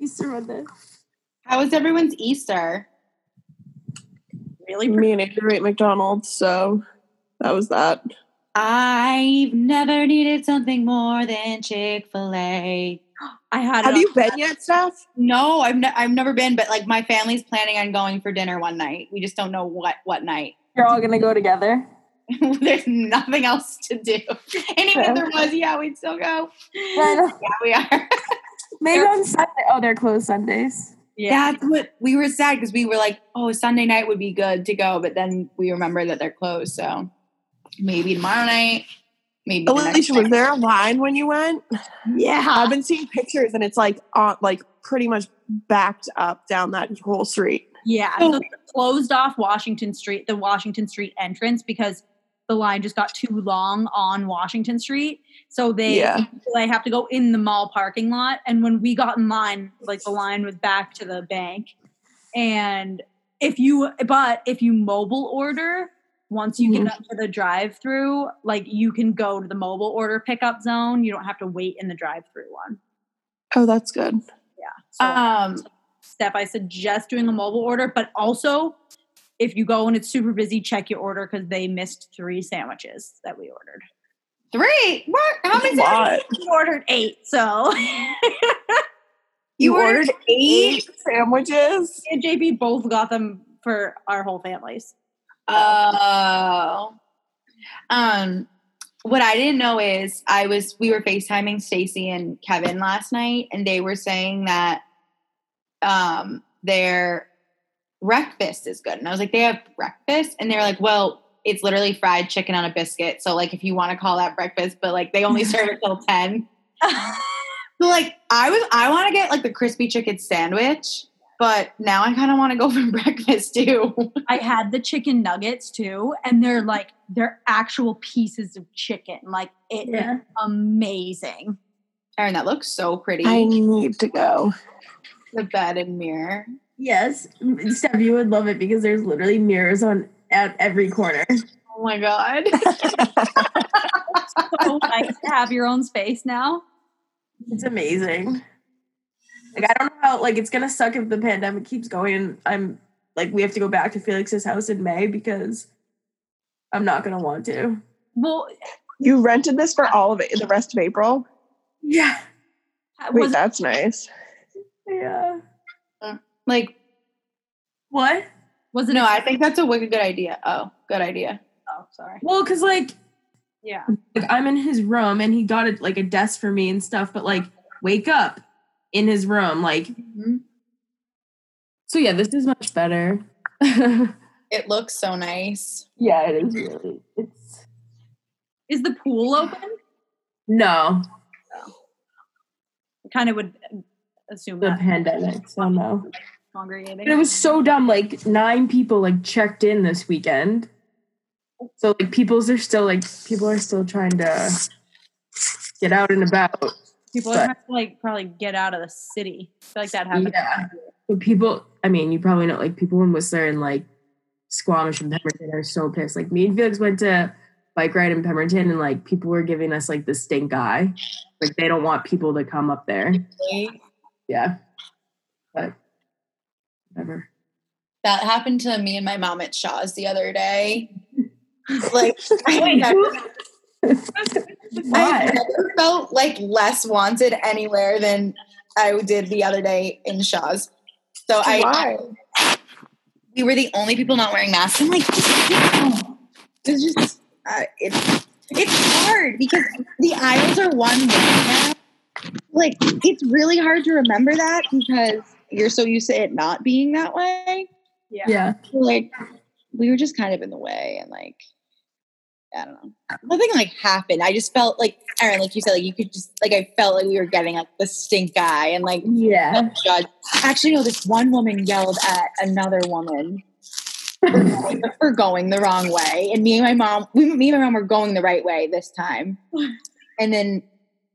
Easter Monday.
How was everyone's Easter?
Really?
Me and Andrew ate McDonald's, so that was that.
I've never needed something more than Chick Fil A.
I had it
Have
on-
you been yet, Steph?
No, I've ne- I've never been, but like my family's planning on going for dinner one night. We just don't know what what night.
You're all gonna go together.
There's nothing else to do. And even if there was, yeah, we'd still go.
Yeah, I know.
Yeah, we are.
Maybe on Sunday. Oh, they're closed Sundays.
Yeah.
That's what we were sad because we were like, oh, Sunday night would be good to go, but then we remember that they're closed. So maybe tomorrow night, maybe the next
Alicia,
night.
was there a line when you went?
Yeah.
I've been seeing pictures and it's like on like pretty much backed up down that whole street.
Yeah,
Oh.
so they closed off Washington Street, the Washington Street entrance, because the line just got too long on Washington Street. So they
Yeah.
they have to go in the mall parking lot. And when we got in line, like the line was back to the bank. And if you, but if you mobile order, once you get up to the drive-through, like you can go to the mobile order pickup zone. You don't have to wait in the drive-through one.
Oh, that's good.
So
Um,
step. I suggest doing a mobile order, but also if you go and it's super busy, check your order because they missed three sandwiches that we ordered.
three. What? How many?
That's a lot.
We ordered eight, so
You
ordered
ordered eight sandwiches.
me and JP both got them for our whole families.
Oh. Um, what I didn't know is I was we were FaceTiming Stacy and Kevin last night, and they were saying that um their breakfast is good. And I was like, they have breakfast, and they're like, well, it's literally fried chicken on a biscuit. So like, if you want to call that breakfast, but like they only serve it till ten. So like, I was I want to get like the crispy chicken sandwich, but now I kind of want to go for breakfast too.
I had the chicken nuggets too, and they're like they're actual pieces of chicken. Like it is
Yeah.
amazing.
Erin, that looks so pretty.
I need to go.
the bed and mirror.
Yes, Steph, you would love it because there's literally mirrors on at every corner.
Oh my god.
So nice to have your own space now.
It's amazing. Like I don't know how like it's gonna suck if the pandemic keeps going. and I'm like we have to go back to Felix's house in May because I'm not gonna want to.
Well,
You rented this for all of it, the rest of April.
Yeah.
Wait,
was
that's nice.
Yeah.
like
What?
was it?
no, I think that's a wicked good idea. Oh, good idea.
oh, sorry.
Well, cause like
Yeah.
like I'm in his room and he got it like a desk for me and stuff, but like wake up in his room. Like
Mm-hmm.
So yeah, this is much better. yeah,
It looks so nice.
Yeah, it is really it's
Is the pool open?
no
kind of would assume
the
that
pandemic, so no. But it
congregating.
was so dumb. Like nine people like checked in this weekend. So like people's are still like people are still trying to get out and about.
People would
but-
have to like probably get out of the city. I feel like that happened.
Yeah. But people I mean, you probably know like people in Whistler and like Squamish and Pemberton are so pissed. Like me and Felix went to bike ride in Pemberton and like people were giving us like the stink eye. Like they don't want people to come up there. Yeah. But whatever.
That happened to me and my mom at Shaw's the other day. like I
Wait,
never-
who,
I've never felt like less wanted anywhere than I did the other day in Shaw's. So I,
Why?
we were the only people not wearing masks. I'm like, it's just uh, it's it's hard because the aisles are one way now. Like it's really hard to remember that because you're so used to it not being that way.
Yeah.
Like we were just kind of in the way and like I don't know. Nothing like happened. I just felt like Aaron, like you said, like you could just like I felt like we were getting like the stink eye and like
Yeah.
felt judged. Actually, no, this one woman yelled at another woman for going the wrong way, and me and my mom, we, me and my mom were going the right way this time, and then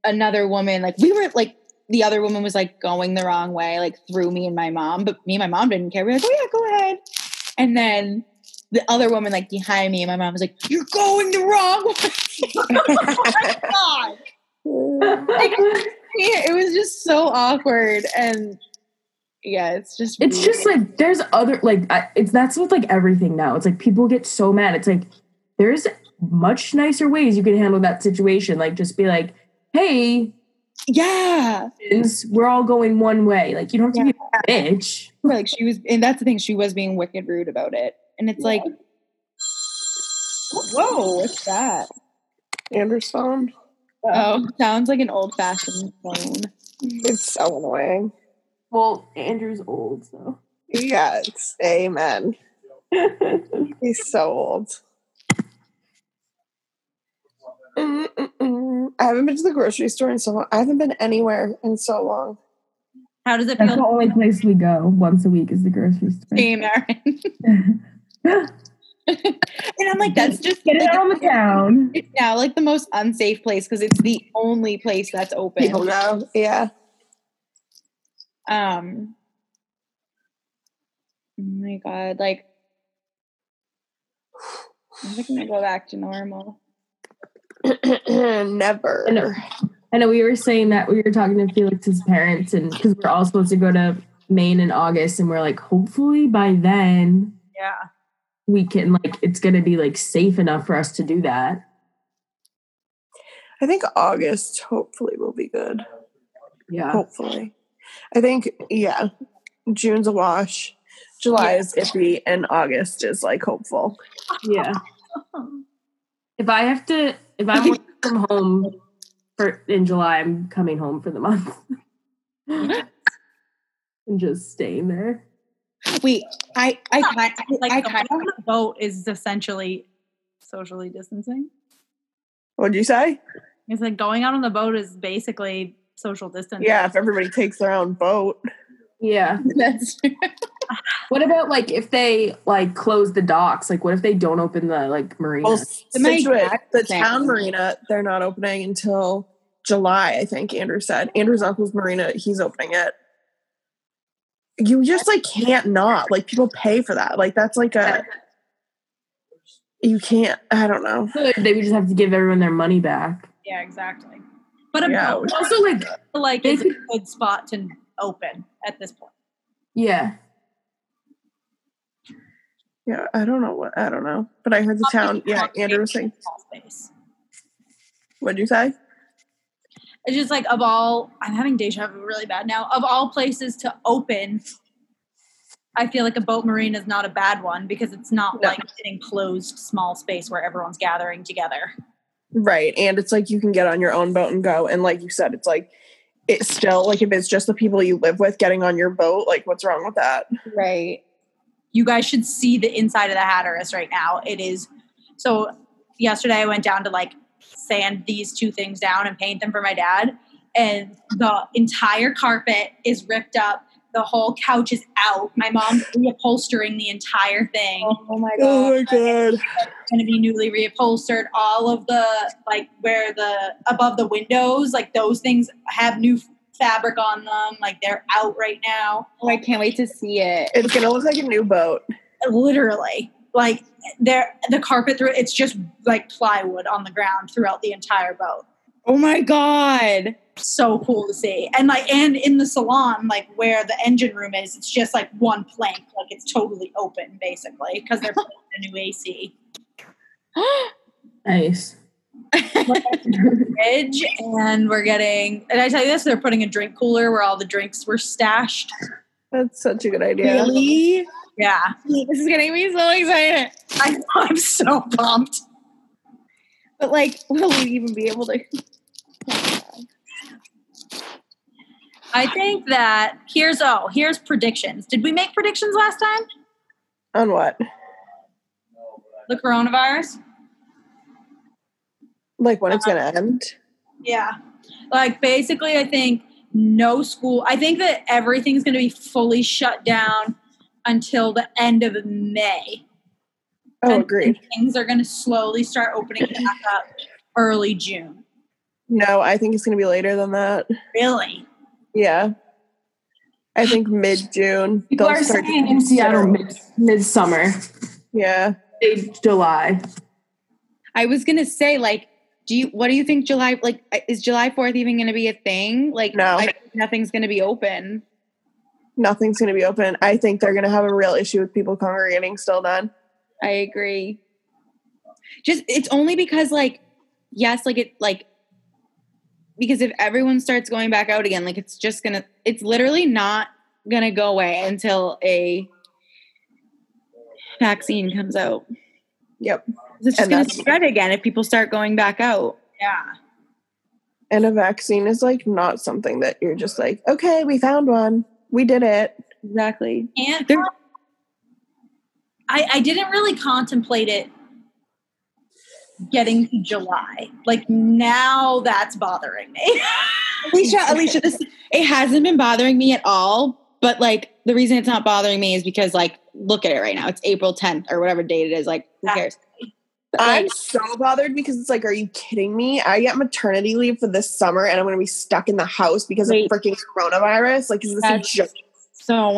another woman, like we were like the other woman was like going the wrong way, like through me and my mom, but me and my mom didn't care. We were like, oh yeah, go ahead, and then. The other woman, like behind me, and my mom was like, "You're going the wrong way." Oh God. Like, it was just so awkward and yeah it's just
It's just like there's other like I, it's that's with like everything now. It's like people get so mad. It's like there's much nicer ways you can handle that situation. Like just be like, hey,
yeah,
it's- we're all going one way. Like you don't have to be a bitch.
like she was and that's the thing she was being wicked rude about it and it's like whoa what's that
Anderson.
oh sounds like an old-fashioned phone
It's so annoying.
Well, Andrew's old, so.
Yes. Amen. He's so old. Mm-mm-mm. I haven't been to the grocery store in so long. I haven't been anywhere in so long.
How does it
That's the
feel?
only place we go once a week is the grocery store.
shame Aaron and I'm like that's just
Get it out on the town.
it's now like the most unsafe place because it's the only place that's open
People go. Yeah.
um oh my god like I'm just gonna go back to normal
Never.
I know. I know we were saying that we were talking to Felix's parents, and because we're all supposed to go to Maine in August, and we're like, hopefully by then
Yeah.
we can like it's gonna be like safe enough for us to do that.
I think August hopefully will be good.
Yeah.
Hopefully. I think, yeah, June's a wash. July is iffy and August is like hopeful.
Yeah. If I have to, if I'm working from home for in July, I'm coming home for the month and just staying there.
wait I I kind
Like
I
the
kind of
boat is essentially socially distancing.
What'd you say?
It's like going out on the boat is basically social distancing.
Yeah, if everybody takes their own boat.
Yeah.
that's
What about like if they like close the docks? Like, what if they don't open the like marina?
Well,
my
Situate,
exact
the
same.
town marina, they're not opening until July, I think Andrew said. Andrew's uncle's marina, he's opening it. You just like can't not. Like people pay for that. Like that's like a you can't I don't know.
Good, they would just have to give everyone their money back.
Yeah, exactly. But a
Yeah,
boat,
Also, like,
like,
they
is a
could-
good spot to open at this point.
yeah,
Yeah, I don't know what I don't know. But I heard the town yeah, Andrew was saying
Space.
what'd you say?
It's just like of all, I'm having deja vu really bad now. Of all places to open, I feel like a boat marina is not a bad one because it's not
No.
like an enclosed small space where everyone's gathering together.
Right. And it's like you can get on your own boat and go. And like you said, it's like it's still like if it's just the people you live with getting on your boat, like what's wrong with that?
right
You guys should see the inside of the Hatteras right now. It is so. Yesterday, I went down to like sand these two things down and paint them for my dad, and the entire carpet is ripped up. The whole couch is out. My mom's reupholstering the entire thing.
oh my god
my god.
going to be newly reupholstered. All of the like where the above the windows, like those things have new fabric on them. Like they're out right now,
oh, I can't wait to see it
It's gonna look like a new boat.
literally. Like they're the carpet through it's just like plywood on the ground throughout the entire boat.
Oh my god.
So cool to see, and like and in the salon, like where the engine room is, it's just like one plank, like it's totally open basically because they're putting in a new AC.
nice.
fridge and we're getting and I tell you this, they're putting a drink cooler where all the drinks were stashed.
That's such a good idea.
Really?
Yeah.
This is getting me so excited.
I know I'm so pumped.
But like, will we even be able to?
I think that here's oh, here's predictions. Did we make predictions last time?
On what?
The coronavirus?
Like when it's
Uh-huh.
gonna end?
Yeah. Like basically I think no school I think that everything's gonna be fully shut down until the end of May.
Oh,
And
agreed.
Things are gonna slowly start opening back up early June.
No, I think it's gonna be later than that.
Really?
Yeah. I think mid June.
People are saying in Seattle mid midsummer,
Yeah.
mid July.
I was gonna say like, do you? What do you think July like? Is July Fourth even gonna be a thing? Like,
No.
I, nothing's gonna be open.
Nothing's gonna be open. I think they're gonna have a real issue with people congregating still then.
I agree. Just it's only because like yes, like it like because if everyone starts going back out again, like it's just gonna it's literally not gonna go away until a vaccine comes out.
Yep.
It's just
And
gonna
that's-
spread again if people start going back out.
Yeah.
And a vaccine is like not something that you're just like, okay, we found one. We did it.
Exactly.
And
There-
I, I didn't really contemplate it getting to July. Like now that's bothering me.
Alicia, Alicia, this it hasn't been bothering me at all. But like the reason it's not bothering me is because like look at it right now. It's April 10th or whatever date it is. Like who cares?
I'm so bothered because it's like, are you kidding me? I get maternity leave for this summer and I'm gonna be stuck in the house because of
Wait.
freaking coronavirus. Like, is this
That's-
a joke?
So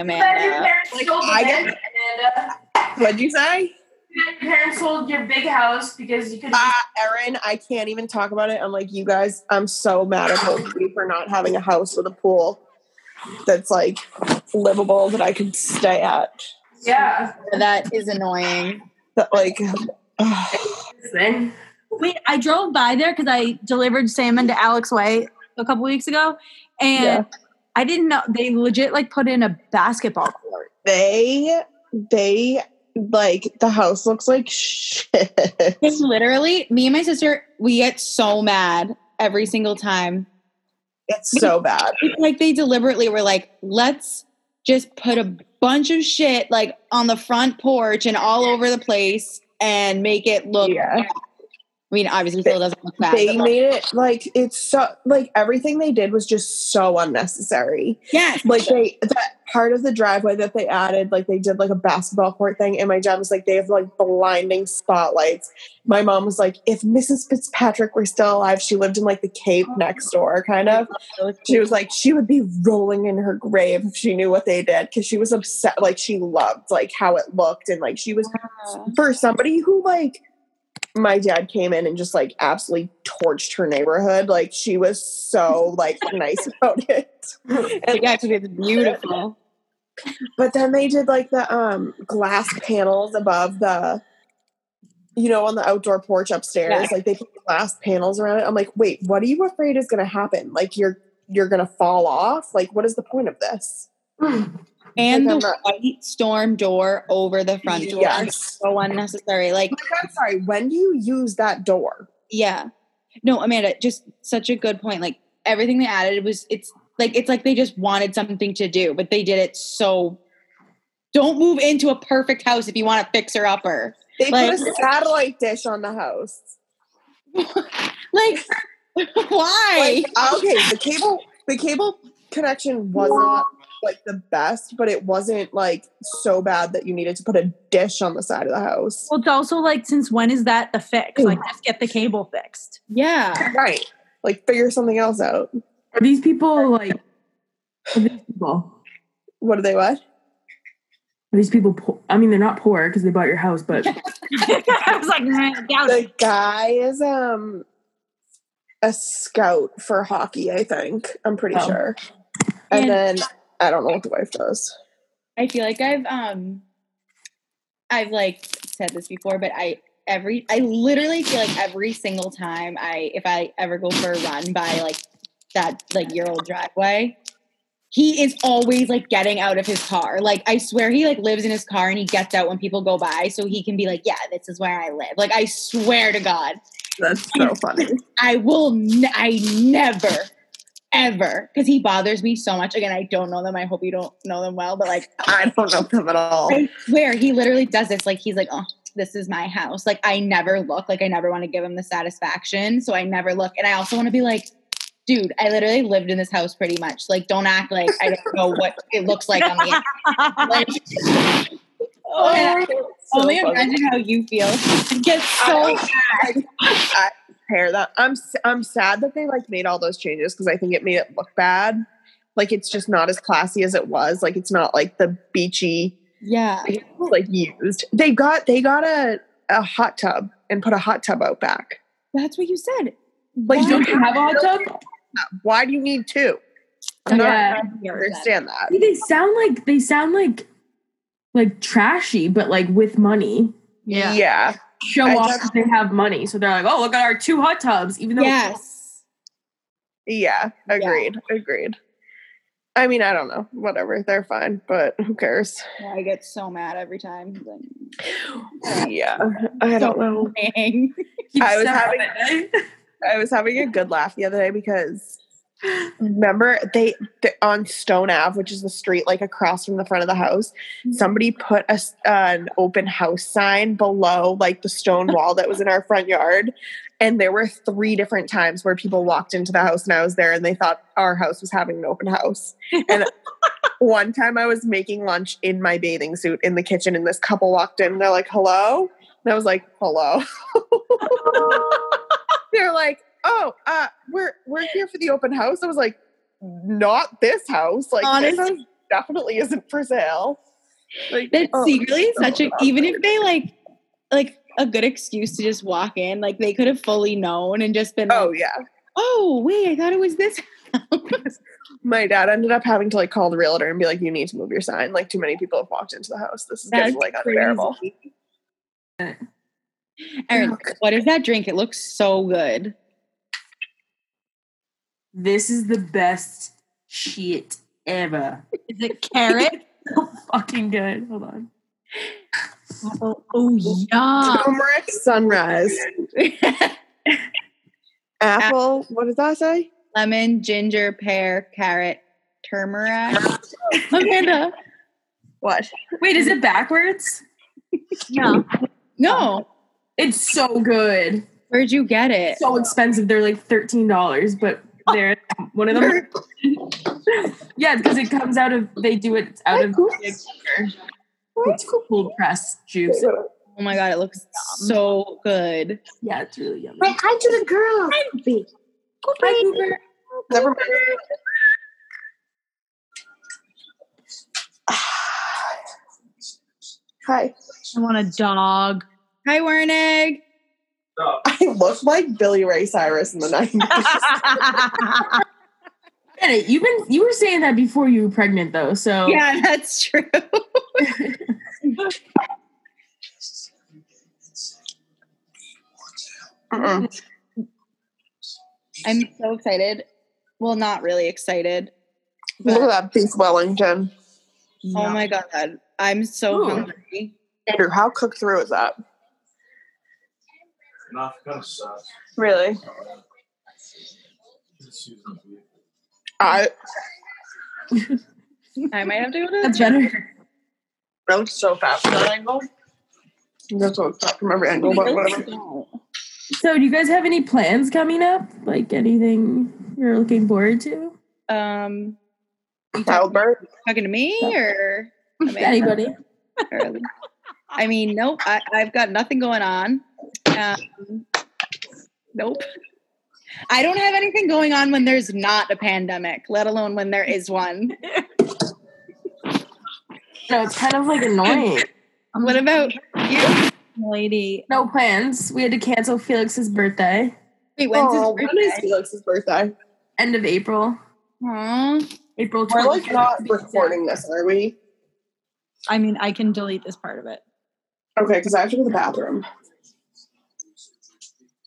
Amanda.
Like, I get, what'd you say?
Your parents sold your big house because you could.
Uh, Erin, I can't even talk about it. I'm like, you guys, I'm so mad at both of you for not having a house with a pool that's like livable that I can stay at.
yeah.
That is annoying.
That like, ugh.
Then
Wait, I drove by there because I delivered salmon to Alex White a couple weeks ago, and
Yeah.
I didn't know they legit like put in a basketball court.
they they like the house looks like shit.
It's literally me and my sister, we get so mad every single time.
It's so bad.
It's like they deliberately were like, let's just put a bunch of shit like on the front porch and all over the place and make it look
Yeah.
I mean, obviously still doesn't look bad.
They
but, like,
made it like it's so like everything they did was just so unnecessary.
yes.
like they that part of the driveway that they added like they did like a basketball court thing and my dad was like they have like blinding spotlights my mom was like if mrs fitzpatrick were still alive she lived in like the cave next door kind of she was like she would be rolling in her grave if she knew what they did because she was upset like she loved like how it looked and like she was for somebody who like my dad came in and just like absolutely torched her neighborhood like she was so like nice about it
yeah, because it's beautiful.
But then they did like the um glass panels above the you know on the outdoor porch upstairs.
Yeah.
Like they put glass panels around it. I'm like, wait, what are you afraid is gonna happen? Like you're you're gonna fall off? Like what is the point of this?
And
Like, I'm
the
not-
white storm door over the front door.
Yes.
So unnecessary. Like
Like I'm sorry, when do you use that door?
Yeah. No, Amanda, just such a good point. Like everything they added was it's like it's like they just wanted something to do, but they did it so don't move into a perfect house if you want a fixer upper.
They
Like-
put a satellite dish on the house.
Like why?
Like, uh, okay, the cable the cable connection wasn't like the best, but it wasn't like so bad that you needed to put a dish on the side of the house.
Well, it's also like since when is that the fix? Like, let's get the cable fixed.
yeah.
Right. Like figure something else out.
Are these people like? Are these people?
What do they what?
Are these people? Po- I mean, they're not poor because they bought your house, but
I was like, nah, I doubt it.
The guy is um a scout for hockey, I think. I'm pretty
Oh.
sure. And
Yeah.
then I don't know what the wife does.
I feel like I've um I've like said this before, but I every I literally feel like every single time I if I ever go for a run by like that like year old driveway, he is always like getting out of his car. Like I swear he like lives in his car and he gets out when people go by so he can be like, yeah, this is where I live. Like I swear to God,
That's so funny.
I will n- I never ever because he bothers me so much. Again, I don't know them. I hope you don't know them well, but like
I don't know them at all.
I swear he literally does this. Like he's like, oh, this is my house. Like I never look. Like I never want to give him the satisfaction. So I never look. And I also want to be like, dude, I literally lived in this house pretty much. Like don't act like I don't know what it looks like on the outside. Like,
Oh, that's so
only
funny.
imagine how you feel. It gets so
Hair that I'm s- I'm sad that they like made all those changes because I think it made it look bad. Like it's just not as classy as it was. Like it's not like the beachy
yeah.
like used. They got they got a a hot tub and put a hot tub out back.
That's what you said.
Like
Why?
don't
you have a hot tub?
why do you need two? I'm not
Yeah.
I understand that.
See, they sound like they sound like like trashy, but like with money.
Yeah.
Show
I
off
just-
that they have money. So they're like, oh look at our two hot tubs, even though
Yes.
Yeah. Agreed. Agreed. I mean, I don't know. Whatever. They're fine, but who cares?
Yeah, I get so mad every time.
Yeah. I don't know.
Dang.
keep
I was
step
having-
up it.
I was having a good laugh the other day because remember they, th on Stone Ave, which is the street like across from the front of the house, somebody put a, s- an open house sign below like the stone wall that was in our front yard. And there were three different times where people walked into the house and I was there and they thought our house was having an open house. And one time I was making lunch in my bathing suit in the kitchen and this couple walked in and they're like, hello? And I was like, hello. they're like, "Oh, uh, we're we're here for the open house." I was like, "Not this house. Like this house
Honest-
definitely isn't for sale." Like,
That
oh,
secretly is
so
such a
awkward.
even if they like like a good excuse to just walk in, like they could have fully known and just been
Oh
like,
yeah,
oh wait, I thought it was this.
my dad ended up having to like call the realtor and be like, "You need to move your sign. Like, too many people have walked into the house. This is
That's
getting like
crazy.
unbearable."
Erin, what is that drink? It looks so good.
This is the best shit ever.
Is it carrot?
So fucking good. Hold on.
oh, oh, yum.
Turmeric sunrise, apple. What does that say?
Lemon, ginger, pear, carrot, turmeric. Oh, Amanda.
What?
Wait, is it backwards?
Yeah.
No.
It's so good.
Where'd you get it?
So expensive. They're like thirteen dollars, but they're one of them. yeah, because it comes out of they do it out of it's cold pressed juice.
Oh my god, it looks so good.
Yeah, it's really yummy.
hi to the girl.
Hi, Cooper.
Never mind. Hi.
I want a dog.
Hi, Wernig.
I look like Billy Ray Cyrus in the 90s.
Janet, You've been you were saying that before you were pregnant though, so
Yeah, that's true.
Mm-mm.
I'm so excited. Well, not really excited.
Look
But
at that beef Wellington.
oh my god, I'm so
Ooh.
hungry.
Andrew, how cooked through is that?
Not gonna suck.
Really? I
I might have to go to
that's better.
that looks so fat from that angle. That's what it's fat from every angle, but whatever.
So do you guys have any plans coming up? Like anything you're looking forward to?
Um,
Albert.
talking to me or Amanda?
Anybody?
early. I mean, nope. I, I've got nothing going on. Um, nope. I don't have anything going on when there's not a pandemic, let alone when there is one.
No, it's kind of like annoying.
What about you?
Lady.
No plans. We had to cancel Felix's birthday.
Wait, when's
Oh,
his
when is
birthday?
Felix's birthday?
End of April.
Aw.
April
We're like
25th.
not recording this, are we?
I mean, I can delete this part of it.
Okay, because I have to go to the bathroom.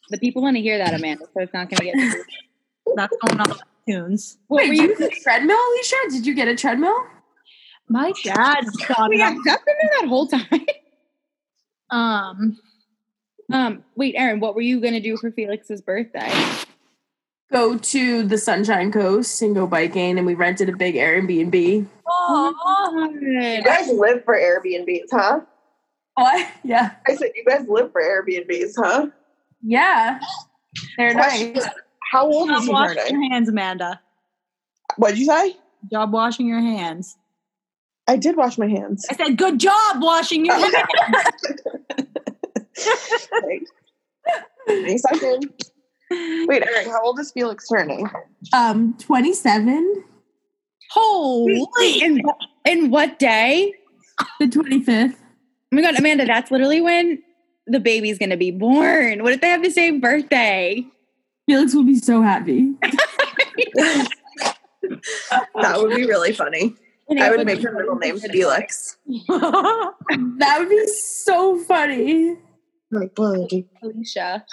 The people want to hear that, Amanda, so it's not going to get.
That's going on tunes.
What were you?
a treadmill, Alicia? Did you get a treadmill?
My dad got
We
it.
got stuck in there that whole time.
Um,
Um, wait, Erin, what were you going to do for Felix's birthday?
Go to the Sunshine Coast and go biking, and we rented a big Airbnb.
aw,
Good.
You guys live for Airbnbs, huh?
What? Yeah.
I said you guys live for Airbnbs, huh?
Yeah. They're
Question,
nice.
How old is
Job
he
washing
turning?
your hands, Amanda.
What'd you say?
Job washing your hands.
I did wash my hands.
I said, good job washing
Oh,
your hands.
Wait a second. Wait, Eric, how old is Felix turning?
Um, 27,
Wait,
Holy.
in, in what day?
the 25th.
Oh my god, Amanda, that's literally when the baby's gonna be born. What if they have the same birthday?
Felix will be so happy.
That would be really funny. I would make her middle name Felix.
That would be so funny.
Like bloody.
Felicia.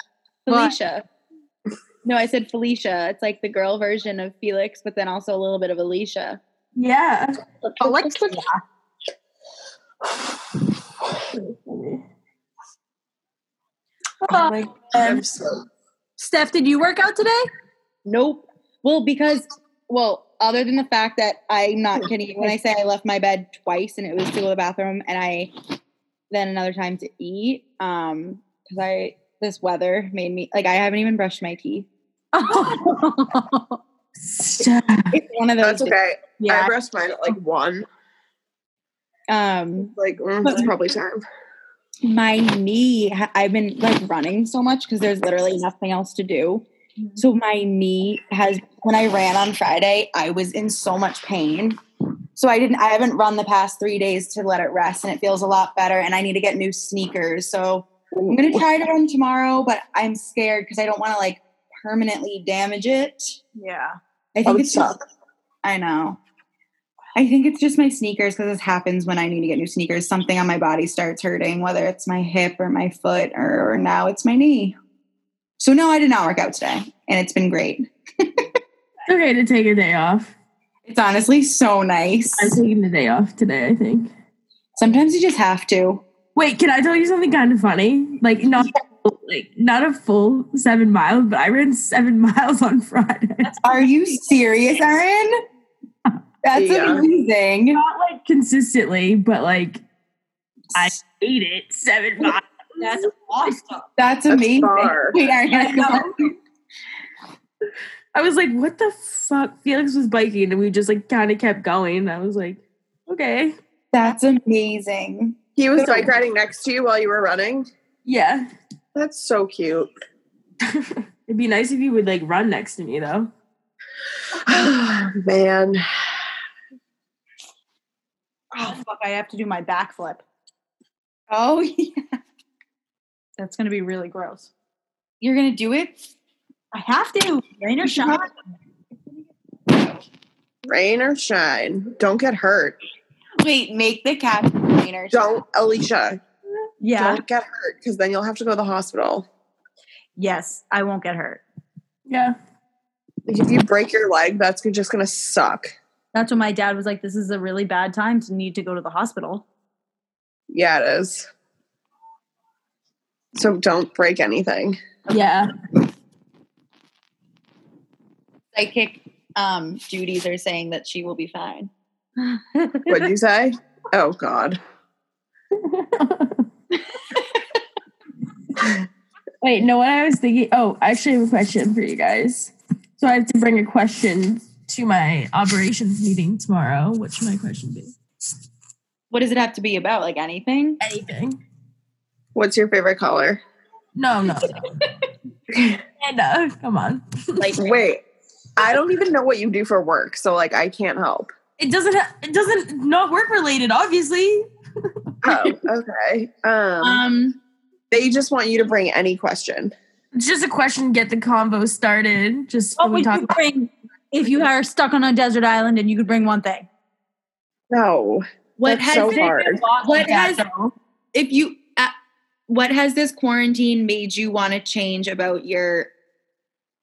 What?
Felicia. No, I said Felicia. It's like the girl version of Felix, but then also a little bit of Alicia.
Yeah.
Alexa.
Oh my
Um,
I'm so
Steph, did you work out today?
Nope. Well, because well, other than the fact that I'm not kidding you when I say I left my bed twice and it was to go to the bathroom and I then another time to eat. Um, because I this weather made me like I haven't even brushed my teeth.
Stop.
It's one of those
That's okay. I
yeah.
brushed mine at like one.
um
Like mm, it's probably time.
my knee ha- i've been like running so much because there's literally nothing else to do so my knee has when i ran on friday i was in so much pain so i didn't i haven't run the past three days to let it rest and it feels a lot better and i need to get new sneakers so i'm gonna try to run tomorrow but i'm scared because i don't want to like permanently damage it
Yeah.
i
That
think
would
it's just
suck.
I know. I think it's just my sneakers because this happens when I need to get new sneakers. Something on my body starts hurting, whether it's my hip or my foot or, or now it's my knee. So no, I did not work out today, and it's been great.
It's okay to take a day off.
It's honestly so nice.
I'm taking the day off today, I think.
Sometimes you just have to.
Wait, can I tell you something kind of funny? Like not like not a full seven miles, but I ran seven miles on Friday.
Are you serious, Erin? That's
Yeah.
amazing.
Not like consistently, but like I ate it seven miles.
That's awesome.
That's
That's
amazing.
far.
Wait, Erin,
I know. I was like, what the fuck? Felix was biking and we just like kind of kept going. I was like, okay.
that's amazing.
He was bike riding next to you while you were running.
Yeah.
That's so cute.
It'd be nice if you would like run next to me though.
Man.
Oh, fuck. I have to do my backflip.
Oh, yeah.
That's going to be really gross.
you're gonna do it?
I have to. Rain or shine.
Rain or shine. Don't get hurt.
Wait, make the caption cleaner.
Don't Alicia.
Yeah.
Don't get hurt because then you'll have to go to the hospital.
Yes. I won't get hurt.
Yeah.
Like, if you break your leg, that's just gonna suck.
That's when my dad was like, this is a really bad time to need to go to the hospital.
Yeah, it is. So don't break anything.
Yeah.
psychic um duties are saying that she will be fine.
What'd you say? Oh God.
Wait, no, what I was thinking. Oh, I actually have a question for you guys. So I have to bring a question to my operations meeting tomorrow. What should my question be?
What does it have to be about? Like anything?
Anything.
What's your favorite color?
No, no, no. and uh, come on.
Like
Wait. I don't even know what you do for work, so like I can't help.
It doesn't, ha- it doesn't, not work related, obviously.
Oh, okay. Um,
um
they just want you to bring any question.
It's just a question, get the convo started. Just
What
when Oh, we
would
talk
you bring if you are stuck on a desert island and you could bring one thing?
No,
what
That's
has
so
it-
hard.
what has if you uh, what has this quarantine made you want to change about your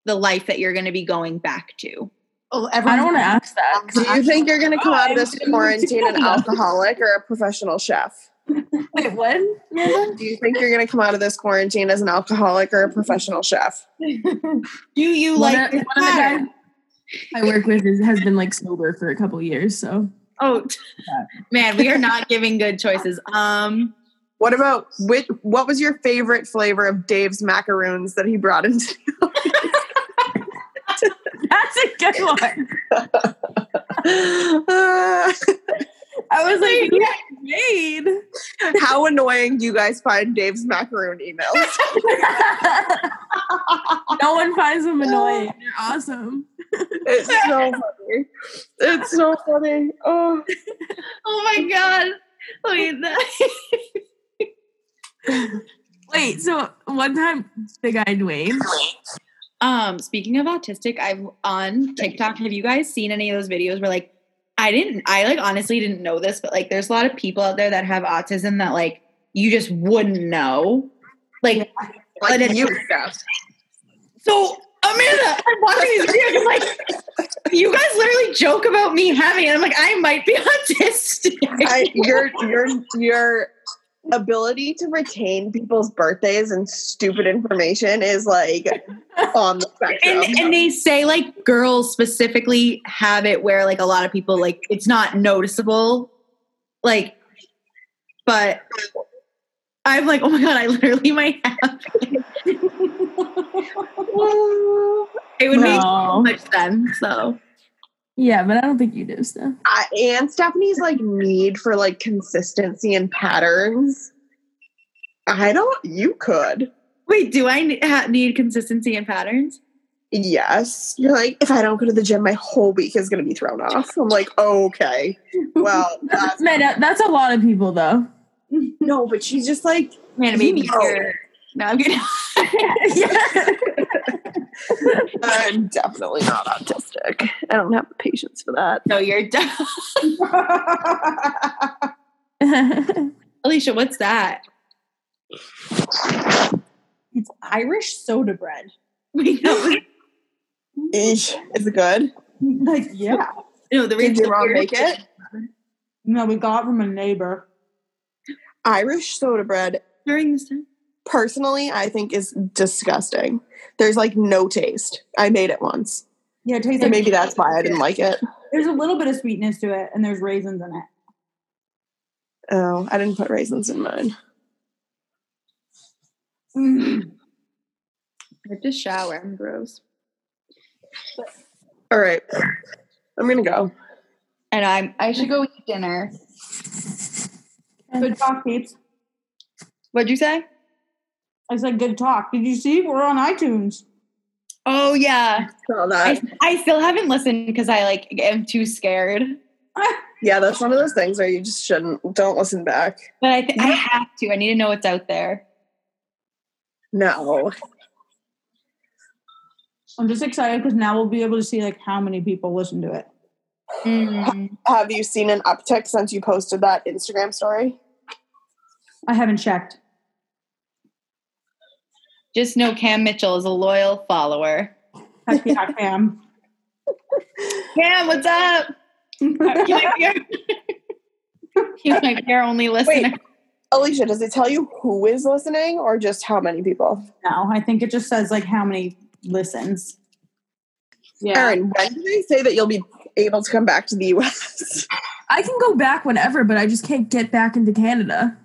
the life that you're going to be going back to?
Oh,
I
everyone,
don't want to ask that.
Do you think you're going to come out of this
I'm-
quarantine an alcoholic or a professional chef?
Wait, what?
Do you think you're going to come out of this quarantine as an alcoholic or a professional chef?
Do you
One
like
of-
this
one of the
pattern?
guys I work with is, has been like sober for a couple years, so
Oh, man, we are not giving good choices. Um,
What about which, what was your favorite flavor of Dave's macaroons that he brought into?
that's a good one.
Uh,
I was like, who made?
how annoying do you guys find Dave's macaroon emails?
no one finds them annoying. They're awesome.
It's so funny. It's so funny. Oh,
oh my god, look at that.
Wait, so one time the guy Dwayne,
Um, speaking of autistic, I'm on TikTok. Have you guys seen any of those videos where like I didn't I like honestly didn't know this, but like there's a lot of people out there that have autism that like you just wouldn't know. Like
Like
But it-
you stuff.
so Amanda, I'm watching these videos, I'm like, you guys literally joke about me having it. I'm like, I might be autistic.
I, your your your ability to retain people's birthdays and stupid information is like on the spectrum.
and and they say like girls specifically have it where like a lot of people like it's not noticeable like but i'm like oh my god i literally might have it it would make so
No.
much sense so
Yeah, but I don't think you do stuff.
I, and Stephanie's like need for like consistency and patterns. I don't. You could.
wait do i ne- ha- need consistency in patterns
Yes. You're like, if I don't go to the gym, my whole week is going to be thrown off. I'm like, okay. Well, that's,
Man, that- that's a lot of people though.
no, but she's just like,
man it made me
No.
scared no i'm kidding
yeah.
I'm definitely not autistic. I don't have the patience for that.
no you're done alicia what's that
it's Irish soda bread.
we know
Eesh. Is it good?
Like, yeah.
no the
Did
reason
your mom make it?
No, we got it from a neighbor.
Irish soda bread,
during this time
personally, I think is disgusting. There's like no taste. I made it once.
Yeah, it tastes
And
like
maybe that's why I didn't like it.
there's a little bit of sweetness to it, and there's raisins in it.
Oh, I didn't put raisins in mine.
i have to shower i'm gross
All right. I'm going to go.
and I'm I should go eat dinner.
Good talk, peeps.
What'd you say?
I said good talk. Did you see? We're on iTunes.
Oh yeah,
Saw that.
I, I still haven't listened because I like am too scared.
Yeah, that's one of those things where you just shouldn't, don't listen back.
But I th- I have to. I need to know what's out there.
No.
I'm just excited because now we'll be able to see like how many people listen to it.
Mm.
Have you seen an uptick since you posted that Instagram story?
I haven't checked.
Just know Cam Mitchell is a loyal follower.
Heck yeah, Cam.
Cam, what's up? You Uh, might be our, you might be our only listener.
Alicia, does it tell you who is listening or just how many people?
No, I think it just says like how many listens.
Yeah.
Erin, when do they say that you'll be able to come back to the US?
I can go back whenever, but I just can't get back into Canada.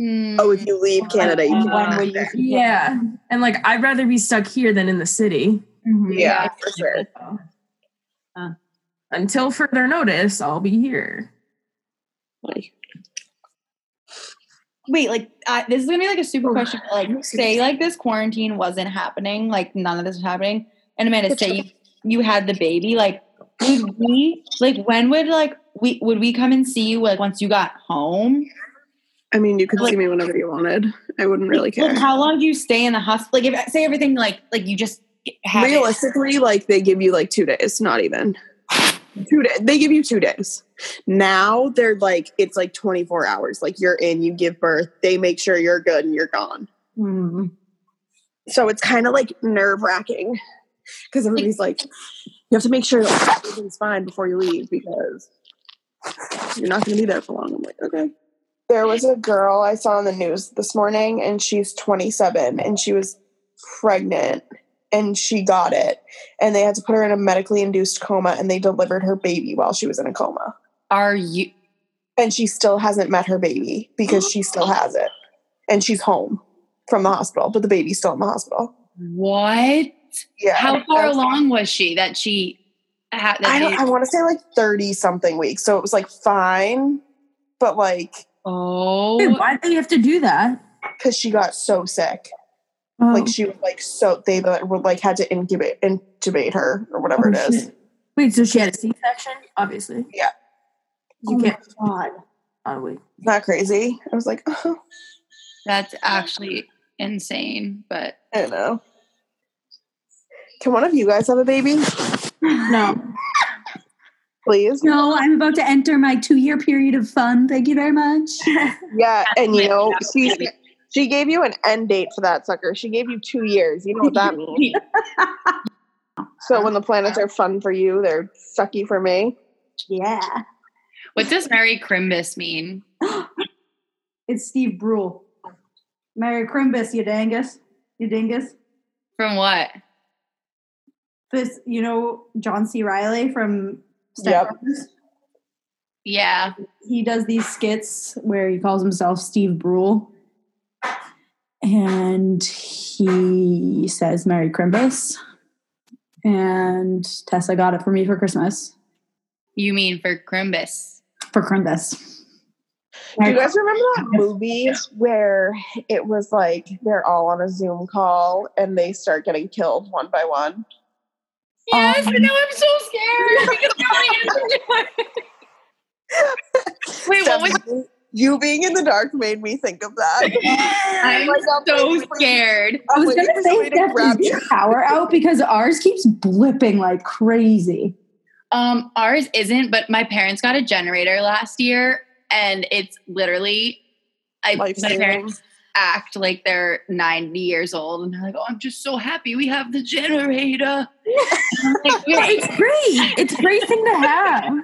Mm.
oh, if you leave Canada, you can.
When will you?
Yeah. And like I'd rather be stuck here than in the city.
Mhm.
Yeah, for sure.
Huh.
uh, Until further notice, I'll be here.
Wait, like uh, this is gonna be like a super question. but, Like, say like this quarantine wasn't happening, like none of this was happening, and Amanda, say you, you had the baby, like would we, like when would like we would we come and see you like once you got home?
I mean, you could
Like-
see me whenever you wanted. I wouldn't really
Like,
care.
how long do you stay in the hospital? Like, if say everything like like you just have it.
Realistically, like they give you like two days, not even.
two days. They give you two days. Now they're like it's like 24 hours. Like you're in, you give birth, they make sure you're good and you're gone. So it's kind of like nerve wracking because everybody's like, you have to make sure that everything's fine before you leave because you're not going to be there for long. I'm like, okay.
There was a girl I saw on the news this morning, and she's 27, and she was pregnant, and she got it, and they had to put her in a medically induced coma, and they delivered her baby while she was in a coma,
Are you?
and she still hasn't met her baby because she still has it, and she's home from the hospital, but the baby's still in the hospital.
What?
Yeah,
How far
that's-
along was she that she had? That
I don't.
they-
I want to say like 30 something weeks, so it was like fine, but like
Wait,
oh,
why do you have to do that?
because she got so sick.
Oh,
like she was like so they like, were like had to incubate intubate her or whatever
oh,
it is
shit. Wait, so she had a
C section, obviously.
Yeah.
You can't.
God.
Oh, wait.
not crazy i was like oh
that's actually insane. But
i don't know can one of you guys have a baby
No.
please
No, I'm about to enter my two year period of fun. Thank you very much.
yeah and you know
That's
she
amazing.
she gave you an end date for that sucker she gave you two years you know what that means so when the planets are fun for you they're sucky for me
Yeah.
what does Mary Crimbus mean?
It's Steve Brule. Merry Crimbus, you dangus. You dingus.
From what?
This, you know, John C. Riley from Step
Yep.
Brothers?
Yeah.
he does these skits where he calls himself Steve Brule. And he says Merry Crimbus. And Tessa got it for me for Christmas.
You mean for Crimbus?
For Crimbus.
do you guys remember that movie where it was like they're all on a zoom call and they start getting killed one by one
Yes, I know. I'm so scared. because I don't even know. Wait, what was?
Stephanie, you being in the dark made me think of that.
I'm
Like, I'm
so
waiting for you-
scared.
I
I'm
was
waiting
gonna
for
say
somebody to grab
Stephanie's
you.
power out because ours keeps blipping like crazy.
Um, ours isn't, but my parents got a generator last year, and it's literally. I my
Life-saving.
parents act like they're 90 years old, and they're like, "Oh, I'm just so happy we have the generator." I'm like,
Yeah,
"Wait,
it's great. It's a great thing to have.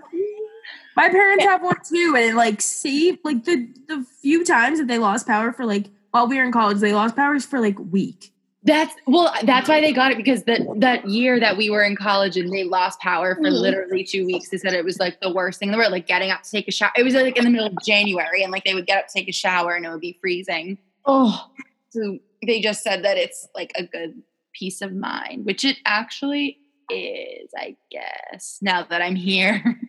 My parents have one too, and it like saved like the the few times that they lost power for like while we were in college, they lost powers for like a week.
That's well. That's why they got it because that that year that we were in college and they lost power for literally two weeks. They said it was like the worst thing in the world. Like getting up to take a shower. It was like in the middle of January and like they would get up to take a shower and it would be freezing.
Oh,
So they just said that it's like a good peace of mind, which it actually is, I guess. Now that I'm here,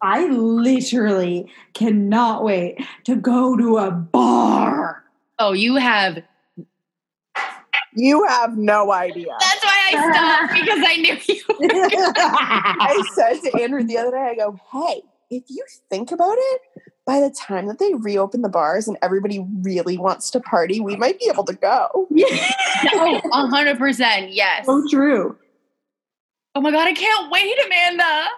I literally cannot wait to go to a bar.
oh, you have.
You have no idea.
That's why I stopped because I knew you.
I said to Andrew the other day, I go, hey, if you think about it, by the time that they reopen the bars and everybody really wants to party, we might be able to go.
Oh, hundred percent. Yes.
so true.
Oh my god, I can't wait, Amanda.
I know.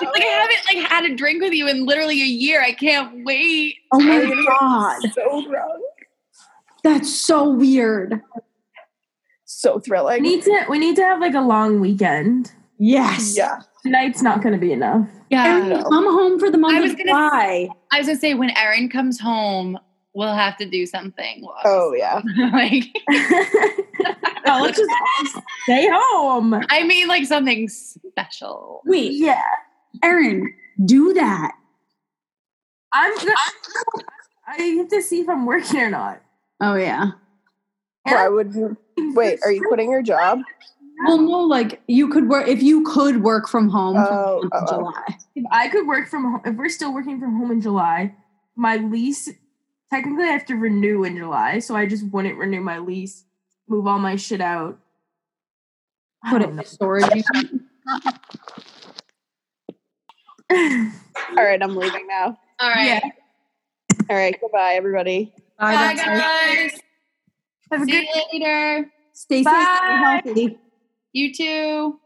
It's like I haven't like had a drink with you in literally a year. I can't wait.
Oh my god,
So drunk.
that's so weird.
So
We
thrilling.
need to we need to have like a long weekend.
Yes.
Yeah.
Night's not going to be enough.
Yeah.
No.
Come home for the month
I was
of
gonna-
July.
I was gonna say when Erin comes home, we'll have to do something. We'll
Oh, yeah.
like
No, let's just stay home.
I mean like something special.
Wait, yeah. Erin, do that.
I'm. Gonna, I have to see if I'm working or not.
Oh yeah.
Why would you? Wait, are you quitting your job?
Well, no, like you could work if you could work from home for the
Oh,
month of
oh, oh.
July.
If I could work from home, if we're still working from home in July, my lease technically I have to renew in July, so I just wouldn't renew my lease, move all my shit out. I
Put it
don't
in storage. You-
know.
All right, I'm leaving now.
All right.
Yeah.
All right, goodbye, everybody.
Bye guys.
Have a
See
good
you later.
Stay safe, stay
Bye.
healthy.
You too.